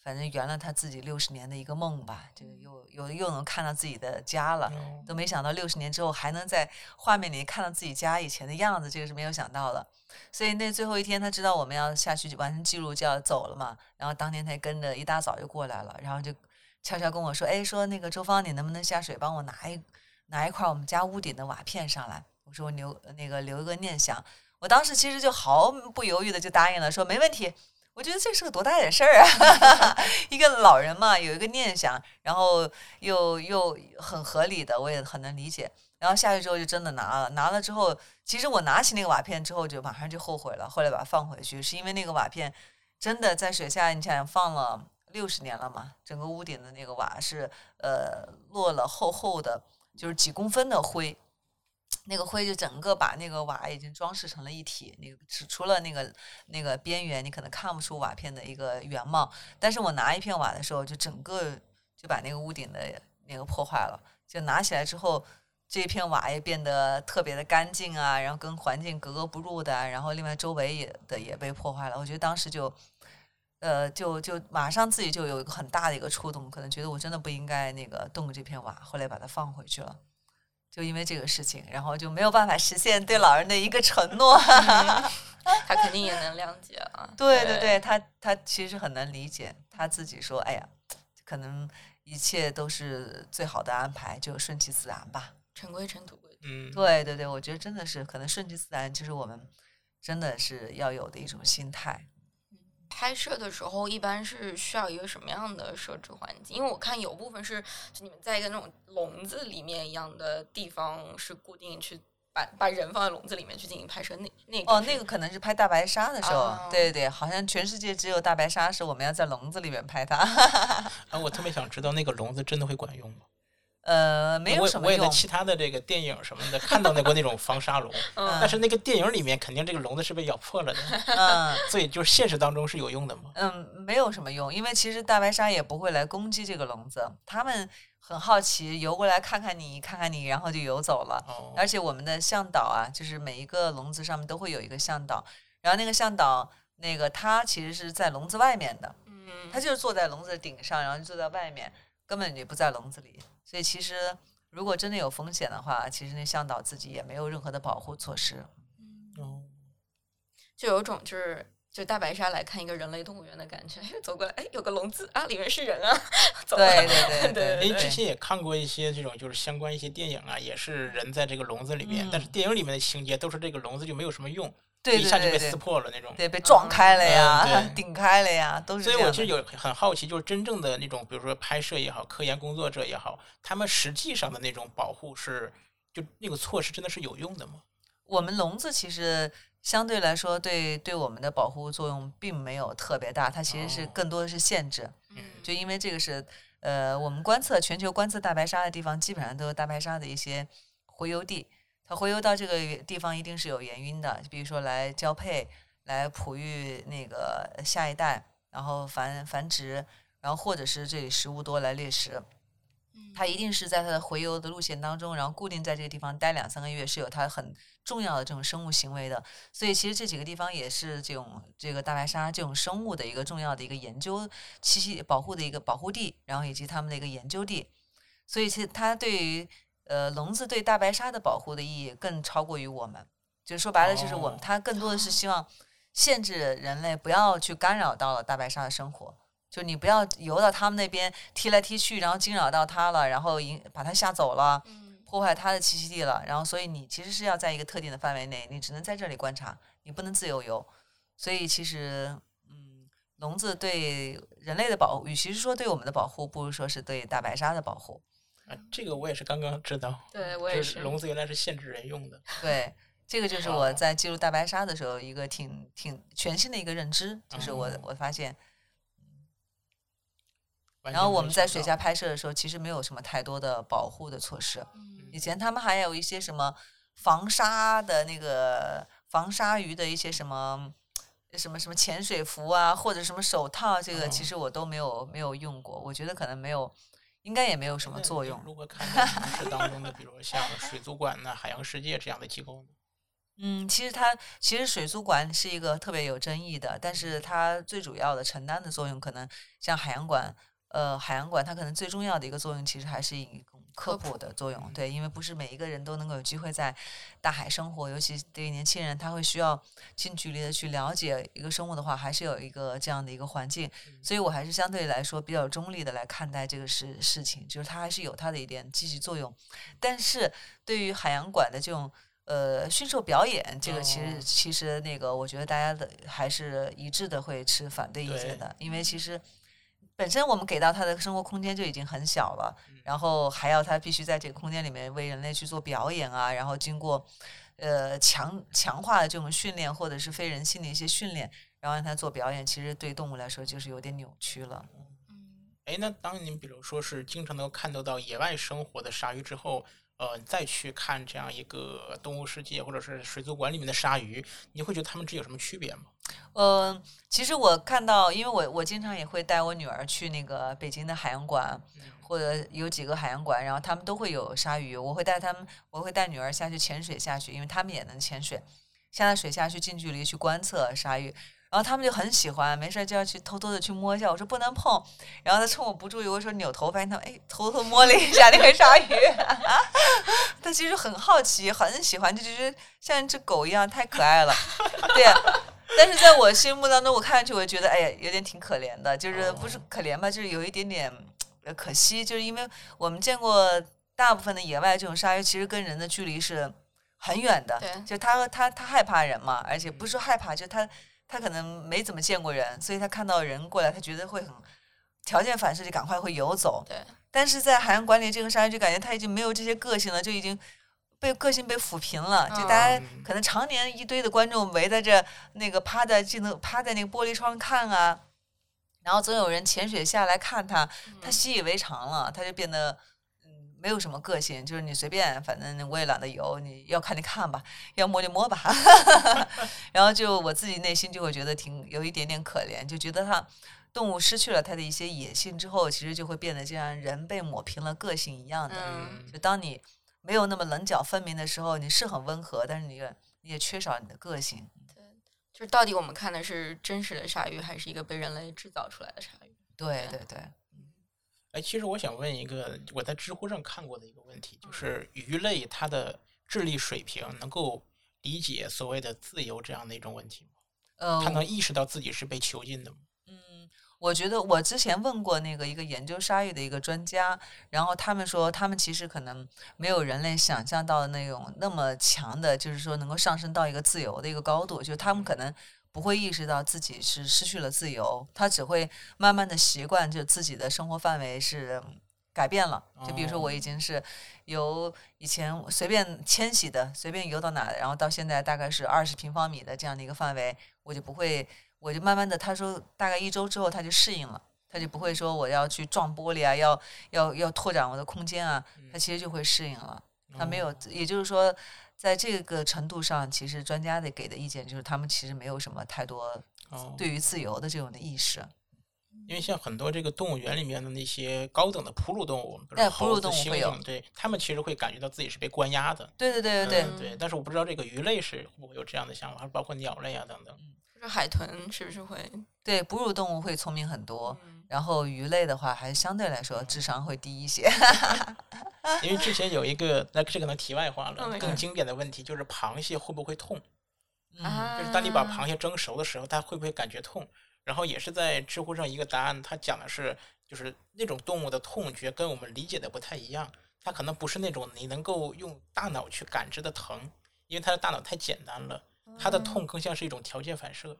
S4: 反正圆了他自己六十年的一个梦吧，就又又又能看到自己的家了。都没想到六十年之后还能在画面里看到自己家以前的样子，这个是没有想到的。所以那最后一天，他知道我们要下去完成记录就要走了嘛，然后当天他跟着一大早就过来了，然后就悄悄跟我说：“哎，说那个周芳，你能不能下水帮我拿一拿一块我们家屋顶的瓦片上来？”我说：“我留那个留一个念想。”我当时其实就毫不犹豫的就答应了，说没问题。我觉得这是个多大点事儿啊！一个老人嘛，有一个念想，然后又又很合理的，我也很能理解。然后下去之后就真的拿了，拿了之后，其实我拿起那个瓦片之后就马上就后悔了，后来把它放回去，是因为那个瓦片真的在水下，你想想放了六十年了嘛，整个屋顶的那个瓦是呃落了厚厚的，就是几公分的灰，那个灰就整个把那个瓦已经装饰成了一体，那个除除了那个那个边缘，你可能看不出瓦片的一个原貌。但是我拿一片瓦的时候，就整个就把那个屋顶的那个破坏了。就拿起来之后，这一片瓦也变得特别的干净啊，然后跟环境格格不入的啊，然后另外周围也的也被破坏了。我觉得当时就，呃，就就马上自己就有一个很大的一个触动，可能觉得我真的不应该那个动这片瓦，后来把它放回去了。就因为这个事情，然后就没有办法实现对老人的一个承诺。
S5: 他肯定也能谅解啊。
S4: 对对对，他他其实很难理解，他自己说：“哎呀，可能一切都是最好的安排，就顺其自然吧。
S5: 尘归尘，土归土。
S6: 嗯，”
S4: 对对对，我觉得真的是可能顺其自然，就是我们真的是要有的一种心态。
S5: 拍摄的时候一般是需要一个什么样的设置环境？因为我看有部分是就你们在一个那种笼子里面一样的地方，是固定去把把人放在笼子里面去进行拍摄。那那个
S4: 哦，
S5: 是
S4: 那个可能是拍大白鲨的时候，
S5: 哦
S4: 对对，好像全世界只有大白鲨是我们要在笼子里面拍它。
S6: 啊，我特别想知道那个笼子真的会管用吗？
S4: 呃，没有
S6: 我
S4: 什
S6: 我
S4: 么
S6: 也在
S4: 用。
S6: 其他的这个电影什么的看到那过那种防 沙笼，但是那个电影里面肯定这个笼子是被咬破了的，
S4: 嗯。
S6: 所以就是现实当中是有用的嘛。
S4: 嗯，没有什么用，因为其实大白鲨也不会来攻击这个笼子，它们很好奇，游过来看看你，看看你，然后就游走了。
S6: 哦，
S4: 而且我们的向导啊，就是每一个笼子上面都会有一个向导，然后那个向导，那个他其实是在笼子外面的，
S5: 嗯，
S4: 他就是坐在笼子的顶上，然后就坐在外面，根本也不在笼子里。所以其实如果真的有风险的话，其实那向导自己也没有任何的保护措施。
S6: 哦
S5: 就有种就是就大白鲨来看一个人类动物园的感觉，哎， 走过来，哎，有个笼子啊，里面是人啊， 走了
S4: 对对对
S5: 对
S6: 因
S4: 对
S6: 哎为之前也看过一些这种就是相关一些电影啊，也是人在这个笼子里面，
S4: 嗯
S6: 但是电影里面的情节都是这个笼子就没有什么用，
S4: 对
S6: 一下就
S4: 对
S6: 被
S4: 对
S6: 撕。破了那种。
S4: 对，被撞开了呀，
S6: 嗯对
S4: 顶开了呀，都是这
S6: 所以
S4: 样的。
S6: 我其实有很好奇，就是真正的那种，比如说拍摄也好，科研工作者也好，他们实际上的那种保护是，就那个措施真的是有用的吗？
S4: 我们笼子其实相对来说对对我们的保护作用并没有特别大，它其实是
S6: 哦
S4: 更多的是限制。
S5: 嗯
S4: 就因为这个是呃，我们观测全球观测大白鲨的地方，基本上都有大白鲨的一些洄游地。它洄游到这个地方一定是有原因的，比如说来交配、来哺育那个下一代，然后繁繁殖，然后或者是这里食物多来猎食。它一定是在它的洄游的路线当中，然后固定在这个地方待两三个月，是有它很重要的这种生物行为的。所以其实这几个地方也是这种这个大白鲨这种生物的一个重要的一个研究栖息保护的一个保护地，然后以及它们的一个研究地。所以其实它对于呃笼子对大白鲨的保护的意义更超过于我们，就是说白了就是我们
S6: 哦
S4: 它更多的是希望限制人类不要去干扰到了大白鲨的生活。就你不要游到它们那边踢来踢去，然后惊扰到它了，然后引把它吓走了，
S5: 嗯
S4: 破坏它的栖息地了，然后所以你其实是要在一个特定的范围内，你只能在这里观察，你不能自由游。所以其实，嗯，笼子对人类的保护，与其是说对我们的保护，不如说是对大白鲨的保护。
S6: 啊，这个我也是刚刚知道，
S5: 对我
S6: 就
S5: 也
S6: 是
S5: 是，
S6: 笼子原来是限制人用的。
S4: 对，这个就是我在记录大白鲨的时候一个挺挺全新的一个认知，就是我
S6: 嗯
S4: 我发现，
S6: 完
S4: 然后
S6: 全没
S4: 我们在
S6: 想
S4: 水
S6: 到
S4: 下拍摄的时候，其实没有什么太多的保护的措施。
S5: 嗯
S4: 以前他们还有一些什么防鲨的那个防鲨鱼的一些什么什么什么潜水服啊，或者什么手套，啊这个
S6: 嗯
S4: 其实我都没有没有用过。我觉得可能没有，应该也没有什么
S6: 那
S4: 作
S6: 你
S4: 用。
S6: 如果看到城市当中的，比如像水族馆呐、海洋世界这样的机构呢，
S4: 嗯，其实它其实水族馆是一个特别有争议的，但是它最主要的承担的作用，可能像海洋馆，呃，海洋馆它可能最重要的一个作用，其实还是一种科
S5: 科
S4: 普
S5: 普
S4: 的作用。
S6: 嗯
S4: 对，因为不是每一个人都能够有机会在大海生活，尤其对于年轻人，他会需要近距离的去了解一个生物的话，还是有一个这样的一个环境。所以我还是相对来说比较中立的来看待这个事事情，就是它还是有它的一点积极作用，但是对于海洋馆的这种。呃，驯兽表演这个其实、
S6: 哦
S4: 其实那个，我觉得大家的还是一致的会持反对意见
S6: 对
S4: 的，因为其实本身我们给到它的生活空间就已经很小了，然后还要它必须在这个空间里面为人类去做表演啊，然后经过呃强强化的这种训练或者是非人性的一些训练，然后让它做表演，其实对动物来说就是有点扭曲了。
S5: 嗯
S6: 哎，那当您比如说是经常能够看到到野外生活的鲨鱼之后，呃，再去看这样一个动物世界或者是水族馆里面的鲨鱼，你会觉得它们之间有什么区别吗？
S4: 嗯，其实我看到，因为我我经常也会带我女儿去那个北京的海洋馆，或者有几个海洋馆，然后他们都会有鲨鱼。我会带他们，我会带女儿下去潜水下去，因为他们也能潜水，下到水下去近距离去观测鲨鱼。然后他们就很喜欢，没事儿就要去偷偷的去摸一下。我说不能碰，然后他趁我不注意，我说扭头，发现他们哎偷偷摸了一下那个鲨鱼， 他其实很好奇，很喜欢，就觉得像一只狗一样，太可爱了。对，但是在我心目当中，我看上去我觉得，哎呀，有点挺可怜的，就是不是可怜吧，就是有一点点呃可惜，就是因为我们见过大部分的野外这种鲨鱼，其实跟人的距离是很远的，
S5: 对
S4: 就它它它害怕人嘛，而且不是说害怕，就它它可能没怎么见过人，所以它看到人过来，它觉得会很。条件反射就赶快会游走，
S5: 对，
S4: 但是在海洋馆里，这个鲨鱼就感觉它已经没有这些个性了，就已经被个性被抚平了。就大家哎
S6: 嗯
S4: 可能常年一堆的观众围在这那个趴在镜头趴在那个玻璃窗看啊，然后总有人潜水下来看它，它
S5: 嗯
S4: 习以为常了，它就变得。嗯没有什么个性，就是你随便，反正我也懒得游，你要看就看吧，要摸就摸吧。 然后就我自己内心就会觉得挺有一点点可怜，就觉得它动物失去了它的一些野性之后，其实就会变得就像人被抹平了个性一样的。
S5: 嗯
S4: 就当你没有那么棱角分明的时候，你是很温和，但是你也你也缺少你的个性。
S5: 就是到底我们看的是真实的鲨鱼，还是一个被人类制造出来的鲨鱼？
S4: 对对对，
S6: 哎，其实我想问一个我在知乎上看过的一个问题，
S4: 嗯
S6: 就是鱼类它的智力水平能够理解所谓的自由这样的一种问题吗？
S4: 呃，
S6: 它能意识到自己是被囚禁的吗？
S4: 嗯，我觉得我之前问过那个一个研究鲨鱼的一个专家，然后他们说，他们其实可能没有人类想象到的那种那么强的，就是说能够上升到一个自由的一个高度，就是他们可能不会意识到自己是失去了自由，他只会慢慢的习惯，就自己的生活范围是。改变了，就比如说我已经是由以前随便迁徙的，随便游到哪，然后到现在大概是二十平方米的这样的一个范围，我就不会我就慢慢的，他说大概一周之后他就适应了，他就不会说我要去撞玻璃啊，要要要拓展我的空间啊，他其实就会适应了。他没有
S6: 嗯哦，
S4: 也就是说，在这个程度上，其实专家的给的意见就是他们其实没有什么太多
S6: 哦
S4: 对于自由的这种的意识。
S6: 因为像很多这个动物园里面的那些高等的哺乳动物，比如
S4: 哎
S6: 说
S4: 哺乳
S6: 猴子、
S4: 动物
S6: 猩
S4: 会有
S6: 猩，对，它们其实会感觉到自己是被关押的。
S4: 对对对对对，
S6: 嗯对，但是我不知道这个鱼类是会不会有这样的想法，还是包括鸟类啊等 等。
S5: 就是海豚是不是会？
S4: 对哺乳动物会聪明很多，
S5: 嗯
S4: 然后鱼类的话还相对来说智商会低一些。
S6: 因为之前有一个，那这可能题外话了，
S5: 嗯
S6: 更经典的问题就是螃蟹会不会痛？
S4: 嗯
S5: 啊
S6: 就是当你把螃蟹蒸熟的时候，它会不会感觉痛？然后也是在知乎上一个答案，它讲的是就是那种动物的痛觉跟我们理解的不太一样，它可能不是那种你能够用大脑去感知的疼，嗯因为它的大脑太简单了，它的痛更像是一种条件反射。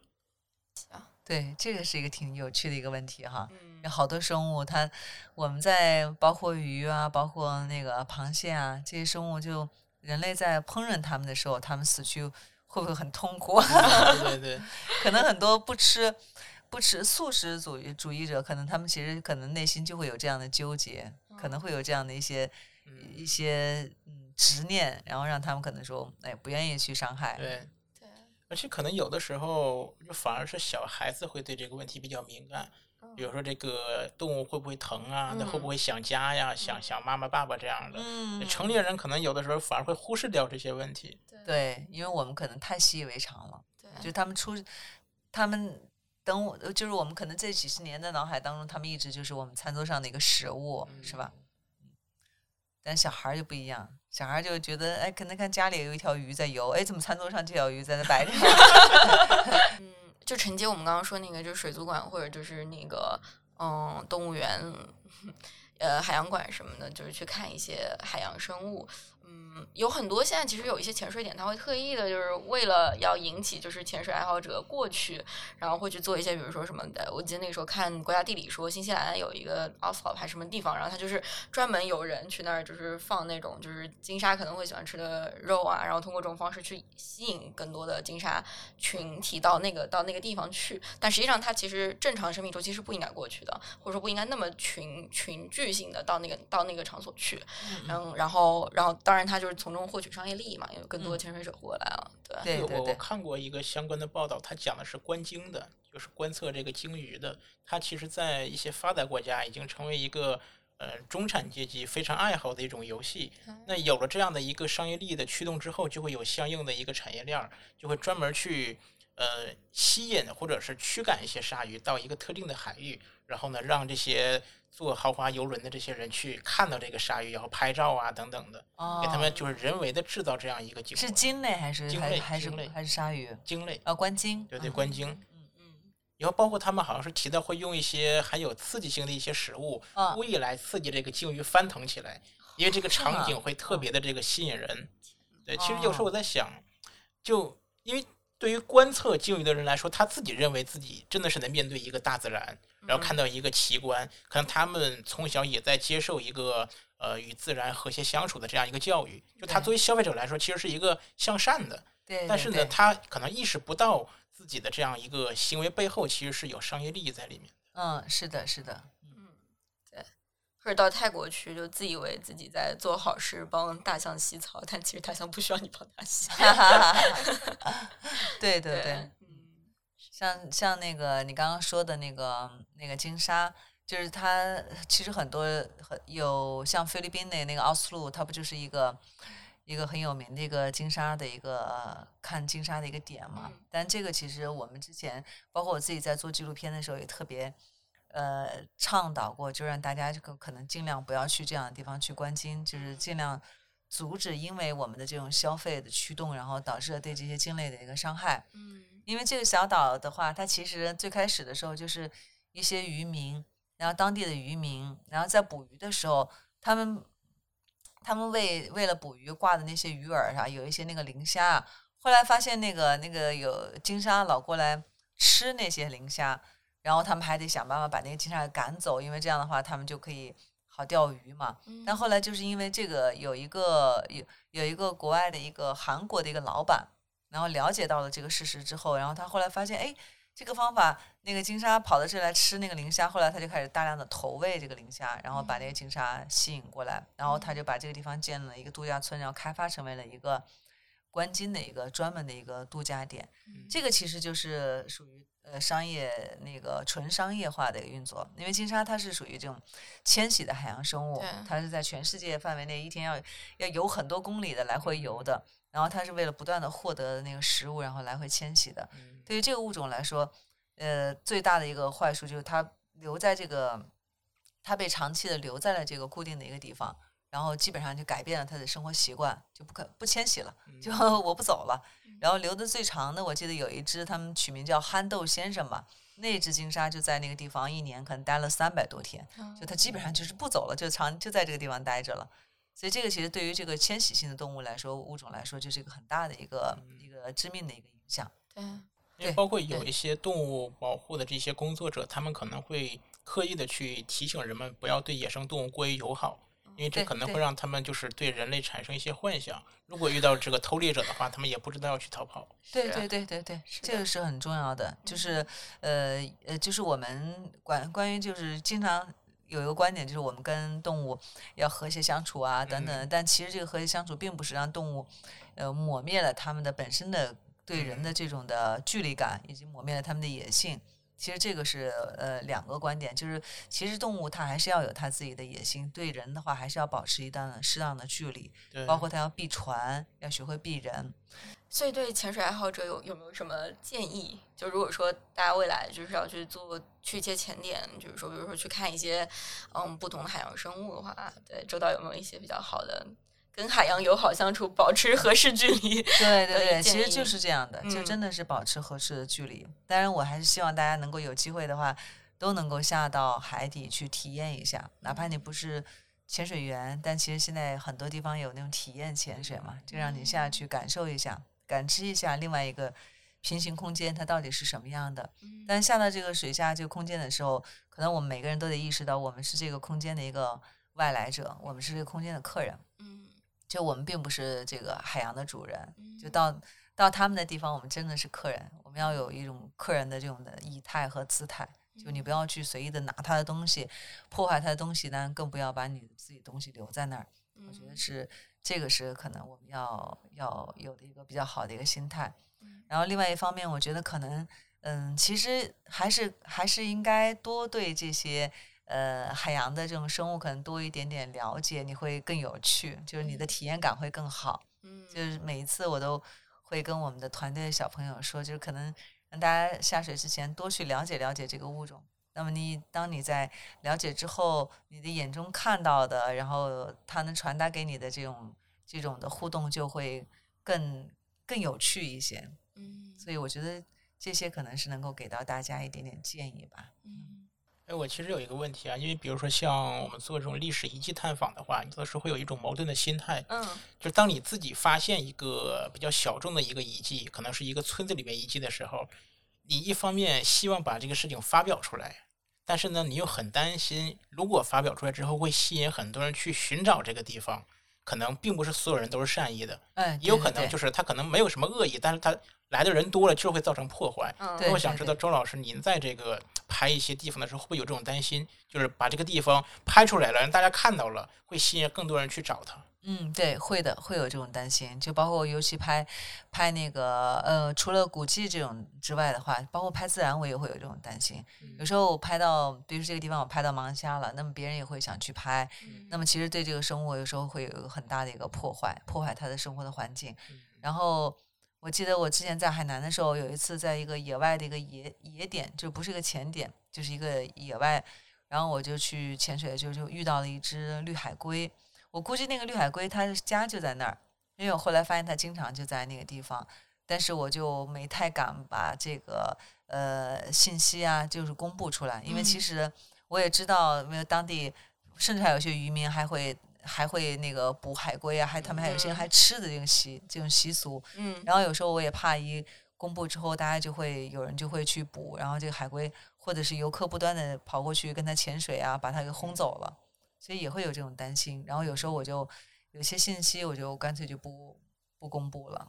S4: 对，这个是一个挺有趣的一个问题
S6: 嗯
S4: 哈。有好多生物它，我们在包括鱼啊，包括那个螃蟹啊，这些生物就人类在烹饪它们的时候，它们死去会不会很痛苦？
S6: 哦对对对，
S4: 可能很多不吃不吃素食主义主义者，可能他们其实可能内心就会有这样的纠结，可能会有这样的一些
S6: 哦嗯，
S4: 一些嗯执念，然后让他们可能说，哎，不愿意去伤害。
S6: 对。
S5: 对，
S6: 而且可能有的时候，就反而是小孩子会对这个问题比较敏感，比如说这个动物会不会疼啊，那会不会想家呀，想想妈妈、爸爸这样的。
S4: 嗯，
S6: 成年人可能有的时候反而会忽视掉这些问题。
S4: 对，因为我们可能太习以为常了，就
S5: 对，
S4: 他们出，他们等我，就是我们可能这几十年的脑海当中，他们一直就是我们餐桌上的一个食物，
S6: 嗯
S4: 是吧？但小孩儿就不一样，小孩儿就觉得，哎，可能看家里有一条鱼在游，哎，怎么餐桌上这条鱼在那摆着？
S5: 嗯，就承接我们刚刚说那个，就是水族馆或者就是那个嗯动物园， 呃海洋馆什么的，就是去看一些海洋生物。嗯，有很多现在其实有一些潜水点，它会特意的，就是为了要引起就是潜水爱好者过去，然后会去做一些，比如说什么的。我记得那个时候看国家地理说，新西兰有一个奥斯 o 还是什么地方，然后它就是专门有人去那儿，就是放那种就是金鲨可能会喜欢吃的肉啊，然后通过这种方式去吸引更多的金鲨群体到那个到那个地方去。但实际上，它其实正常生命周期是不应该过去的，或者说不应该那么群群聚性的到那个到那个场所去。嗯，然后然后当然它就是从中获取商业利益嘛，因为更多潜水者过来了。对，
S4: 对
S6: 我
S4: 对
S6: 我
S4: 对，
S6: 看过一个相关的报道，它讲的是观鲸的，就是观测这个鲸鱼的。它其实，在一些发达国家已经成为一个呃中产阶级非常爱好的一种游戏。
S4: 哦
S6: 那有了这样的一个商业利益的驱动之后，就会有相应的一个产业链儿，就会专门去呃吸引或者是驱赶一些鲨鱼到一个特定的海域，然后呢，让这些坐豪华游轮的这些人去看到这个鲨鱼，然后拍照啊等等的，
S4: 哦
S6: 给他们就是人为的制造这样一个景
S4: 是
S6: 观
S4: 鲸类还是
S6: 鲸
S4: 还
S6: 类
S4: 还是
S6: 鲸类
S4: 还是鲨鱼？
S6: 鲸类。
S4: 啊，观鲸。
S6: 对对，
S4: 嗯
S6: 观鲸。然后包括他们好像是提到会用一些含有刺激性的一些食物，
S4: 嗯
S6: 故意来刺激这个鲸鱼翻腾起来，因为这个场
S4: 是
S6: 景
S4: 吗
S6: 会特别的这个吸引人。对，其实有时
S4: 啊
S6: 候
S4: 嗯哦
S6: 我在想，就因为对于观测鲸鱼的人来说，他自己认为自己真的是能面对一个大自然，
S4: 嗯
S6: 然后看到一个奇观，可能他们从小也在接受一个呃与自然和谐相处的这样一个教育。就他
S4: 对
S6: 作为消费者来说，其实是一个向善的，
S4: 对，
S6: 但
S4: 对
S6: 是呢，
S4: 对
S6: 他可能意识不到自己的这样一个行为背后其实是有商业利益在里面。
S4: 嗯，是的，是 的，
S5: 或者到泰国去，就自以为自己在做好事，帮大象洗澡，但其实大象不需要你帮它洗。
S4: 哈哈哈哈哈对对对
S5: 对，，嗯，
S4: 像像那个你刚刚说的那个那个金沙，就是它其实很多很有像菲律宾的那个奥斯陆，它不就是一个一个很有名的一个金沙的一个、呃看金沙的一个点嘛？但这个其实我们之前包括我自己在做纪录片的时候也特别。呃，倡导过，就让大家就可可能尽量不要去这样的地方去观鲸，就是尽量阻止因为我们的这种消费的驱动，然后导致了对这些鲸类的一个伤害。
S5: 嗯
S4: 因为这个小岛的话，它其实最开始的时候就是一些渔民，然后当地的渔民，然后在捕鱼的时候，他们他们为为了捕鱼挂的那些鱼饵啊上有一些那个磷虾啊，后来发现那个那个有金鲨老过来吃那些磷虾，然后他们还得想办法把那个金鲨给赶走，因为这样的话他们就可以好钓鱼嘛。但后来就是因为这个，有一个有有一个国外的一个韩国的一个老板，然后了解到了这个事实之后，然后他后来发现，哎，这个方法，那个金鲨跑到这来吃那个磷虾，后来他就开始大量的投喂这个磷虾，然后把那个金鲨吸引过来，然后他就把这个地方建了一个度假村，然后开发成为了一个观鲸的一个专门的一个度假点。这个其实就是属于呃商业那个纯商业化的一个运作，因为金鲨它是属于这种迁徙的海洋生物
S5: 对，
S4: 它是在全世界范围内一天要要游很多公里的来回游的，然后它是为了不断的获得那个食物，然后来回迁徙的。对于这个物种来说，呃，最大的一个坏处就是它留在这个，它被长期的留在了这个固定的一个地方，然后基本上就改变了它的生活习惯，就不可不迁徙了，就 我不走了。然后留的最长的，我记得有一只，他们取名叫憨豆先生嘛。那只金鲨就在那个地方一年可能待了三百多天，
S5: 哦嗯
S4: 就它基本上就是不走了，就长就在这个地方待着了。所以这个其实对于这个迁徙性的动物来说，物种来说，就是一个很大的一个一个致命的一个影响。
S5: 对。
S6: 因为
S4: 对
S6: 包括有
S4: 对
S6: 一些动物保护的这些工作者，他们可能会刻意的去提醒人们不要对野生动物过于友好，因为
S4: 嗯
S6: 这
S4: 对
S6: 可能会
S4: 对
S6: 让他们就是对人类产生一些幻想。如果遇到这个偷猎者的话，他们也不知道要去逃跑。
S4: 对
S5: 是
S4: 对对对对，
S5: 是
S4: 这
S5: 的嗯
S4: 个是很重要的，就是呃呃，就是我们关关于就是经常有一个观点，就是我们跟动物要和谐相处啊等等
S5: 嗯
S4: 的，但其实这个和谐相处并不是让动物呃抹灭了他们的本身的对人
S5: 嗯
S4: 的这种的距离感，以及抹灭了他们的野性。其实这个是呃两个观点，就是其实动物它还是要有它自己的野心，对人的话还是要保持一定的适当的距离，
S6: 对，
S4: 包括它要避船，要学会避人。
S5: 所以对潜水爱好者有有没有什么建议？就如果说大家未来就是要去做去一些潜点，就是说比如说去看一些嗯不同的海洋生物的话，对周导有没有一些比较好的跟海洋友好相处、保持合适距离？
S4: 对
S5: 的
S4: 对对，其
S5: 建
S4: 实就
S5: 议
S4: 是这样的，就
S5: 嗯
S4: 真的是保持合适的距离。当然，我还是希望大家能够有机会的话，都能够下到海底去体验一下，哪怕你不是潜水员，但其实现在很多地方有那种体验潜水嘛，就让你
S5: 嗯
S4: 下去感受一下，感知一下另外一个平行空间它到底是什么样的。
S5: 嗯
S4: 但下到这个水下这个空间的时候，可能我们每个人都得意识到，我们是这个空间的一个外来者，我们是这个空间的客人。
S5: 嗯
S4: 就我们并不是这个海洋的主人，就
S5: 嗯
S4: 到到他们的地方，我们真的是客人，我们要有一种客人的这种的仪态和姿态。就
S5: 嗯
S4: 你不要去随意的拿他的东西，破坏他的东西，当然更不要把你自己东西留在那儿。
S5: 嗯
S4: 我觉得是这个是可能我们要要有的一个比较好的一个心态。然后另外一方面，我觉得可能嗯，其实还是还是应该多对这些呃海洋的这种生物可能多一点点了解，你会更有趣，就是你的体验感会更好。
S5: 嗯
S4: 就是每一次我都会跟我们的团队的小朋友说，就是可能让大家下水之前多去了解了解这个物种。那么你当你在了解之后，你的眼中看到的，然后它能传达给你的这种这种的互动，就会更更有趣一些。
S5: 嗯
S4: 所以我觉得这些可能是能够给到大家一点点建议吧。
S5: 嗯
S6: 哎，我其实有一个问题啊，因为比如说像我们做这种历史遗迹探访的话，有的时候会有一种矛盾的心态，
S5: 嗯
S6: 就是当你自己发现一个比较小众的一个遗迹，可能是一个村子里面遗迹的时候，你一方面希望把这个事情发表出来，但是呢，你又很担心，如果发表出来之后会吸引很多人去寻找这个地方，可能并不是所有人都是善意的，
S4: 嗯，
S6: 也有
S4: 对
S6: 可
S4: 对
S6: 能
S4: 对
S6: 就是他可能没有什么恶意，但是他来的人多了就会造成破坏。
S5: 嗯
S4: 对
S6: 那我想知道周老师，您在这个拍一些地方的时候，会不会有这种担心，就是把这个地方拍出来了，让大家看到了，会吸引更多人去找他？
S4: 嗯，对，会的，会有这种担心，就包括尤其拍拍那个呃，除了古迹这种之外的话，包括拍自然，我也会有这种担心。有时候我拍到，比如这个地方我拍到盲虾了，那么别人也会想去拍，那么其实对这个生物有时候会有一个很大的一个破坏，破坏它的生活的环境。然后我记得我之前在海南的时候，有一次在一个野外的一个野野点，就不是一个潜点，就是一个野外，然后我就去潜水，就就遇到了一只绿海龟。我估计那个绿海龟它的家就在那儿，因为我后来发现它经常就在那个地方，但是我就没太敢把这个呃信息啊，就是公布出来，因为其
S5: 嗯
S4: 实我也知道，没有当地甚至还有些渔民还会还会那个捕海龟啊，还他们还有些人还吃的这种习这种习俗，
S5: 嗯
S4: 然后有时候我也怕一公布之后，大家就会有人就会去捕，然后这个海龟或者是游客不断的跑过去跟它潜水啊，把它给轰走了，所以也会有这种担心。然后有时候我就有些信息我就干脆就不不公布了。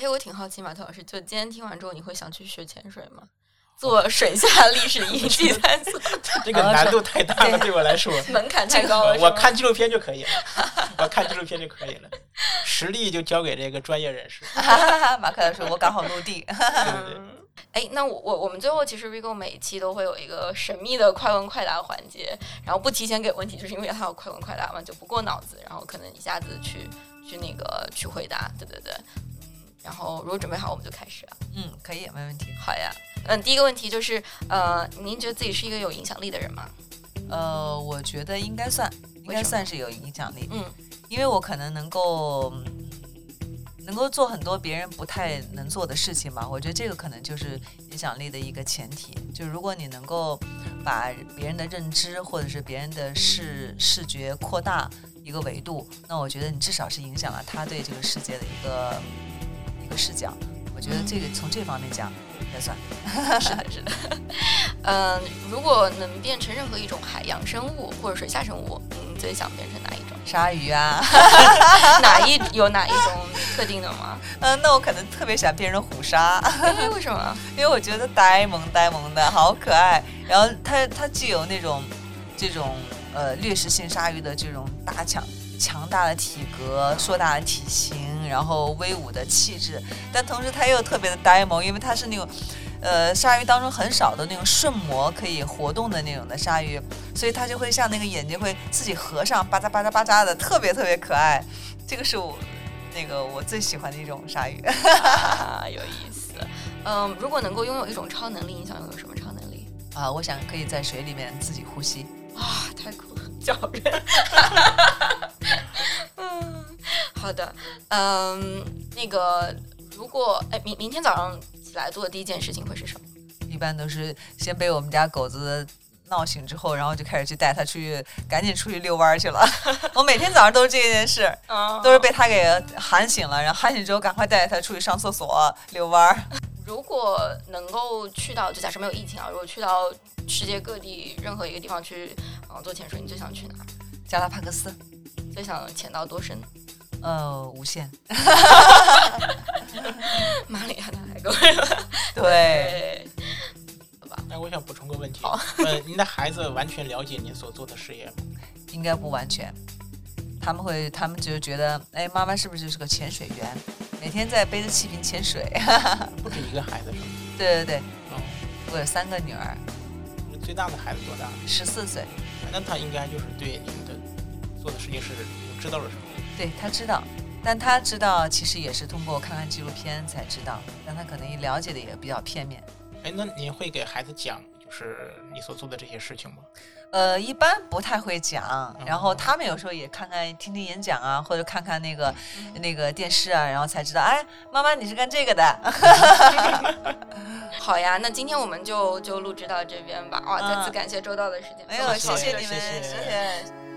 S5: 哎，我挺好奇马特老师，就今天听完之后，你会想去学潜水吗？做水下历史遗迹探索，
S6: 这个
S4: 呃
S6: 难
S4: 是
S6: 度太大了，对我来说，
S5: 门槛太高了
S6: 呃
S5: 是吗。
S6: 我看纪录片就可以了，我看纪录片就可以了，实力就交给这个专业人士。
S4: 马克老师，我刚好落地。
S6: 对对对，
S5: 哎，那我我我们最后其实 Vigo 每一期都会有一个神秘的快问快答环节，然后不提前给问题，就是因为它有快问快答嘛，就不过脑子，然后可能一下子去去那个去回答，对对对，嗯，然后如果准备好，我们就开始啊。
S4: 嗯，可以，没问题。
S5: 好呀，嗯，第一个问题就是，呃，您觉得自己是一个有影响力的人吗？
S4: 呃，我觉得应该算，应
S5: 为
S4: 该
S5: 什
S4: 算是有影响力，
S5: 嗯
S4: 因为我可能能够嗯能够做很多别人不太能做的事情吧。我觉得这个可能就是影响力的一个前提，就如果你能够把别人的认知或者是别人的视视觉扩大一个维度，那我觉得你至少是影响了他对这个世界的一个一个视角。我觉得这个从这方面讲，也算。
S5: 是的，是 的。嗯，如果能变成任何一种海洋生物或者水下生物，你最想变成哪一种？
S4: 鲨鱼啊，
S5: 哪一有哪一种特定的吗？
S4: 嗯，那我可能特别想变成虎鲨，
S5: 哎为什么？
S4: 因为我觉得呆萌呆萌的好可爱，然后它它具有那种这种呃掠食性鲨鱼的这种大强强大的体格、硕大的体型，然后威武的气质，但同时它又特别的呆萌，因为它是那种。呃，鲨鱼当中很少的那种瞬膜可以活动的那种的鲨鱼，所以它就会像那个眼睛会自己合上，巴扎巴扎巴扎的，特别特别可爱。这个是我那个我最喜欢的一种鲨鱼。
S5: 啊，有意思。嗯，如果能够拥有一种超能力，你想拥有什么超能力？
S4: 啊，我想可以在水里面自己呼吸。
S5: 啊，太酷了，叫人。 嗯，好的。嗯，那个，如果哎，明明天早上起来做的第一件事情会是什么？
S4: 一般都是先被我们家狗子闹醒之后，然后就开始去带它出去，赶紧出去遛弯儿去 了。我每天早上都是这件事，
S5: 啊
S4: 都是被它给喊醒了，然后喊醒之后赶快带它出去上厕所、遛弯儿。
S5: 如果能够去到，就假设没有疫情啊，如果去到世界各地任何一个地方去，呃，做潜水，你最想去哪儿？
S4: 加拉帕克斯，
S5: 最想潜到多深？
S4: 呃，无限，
S5: 马里亚纳海沟。
S4: 对，
S5: 对，
S6: 那我想补充个问题
S5: 好，
S6: 呃，您的孩子完全了解您所做的事业吗？
S4: 应该不完全。他们会，他们就觉得，哎，妈妈是不是就是个潜水员？每天在背着气瓶潜水。
S6: 不止一个孩子是吗？
S4: 对对对，
S6: 嗯，
S4: 我有三个女儿，
S6: 最大的孩子多大？
S4: 十四岁。
S6: 那他应该就是对您的做的事情是知道了什么？
S4: 对他知道，但他知道其实也是通过看看纪录片才知道，但他可能了解的也比较片面。
S6: 哎，那您会给孩子讲就是你所做的这些事情吗？
S4: 呃，一般不太会讲，
S6: 嗯
S4: 然后他们有时候也看看听听演讲啊，或者看看那个
S6: 嗯
S4: 那个电视啊，然后才知道，哎，妈妈你是干这个的。
S5: 好呀，那今天我们就就录制到这边吧。哇，
S4: 嗯
S5: 再次感谢周到的时间，
S4: 没有，谢
S6: 哦谢
S4: 谢
S6: 谢
S4: 你们，
S6: 谢谢
S4: 谢谢。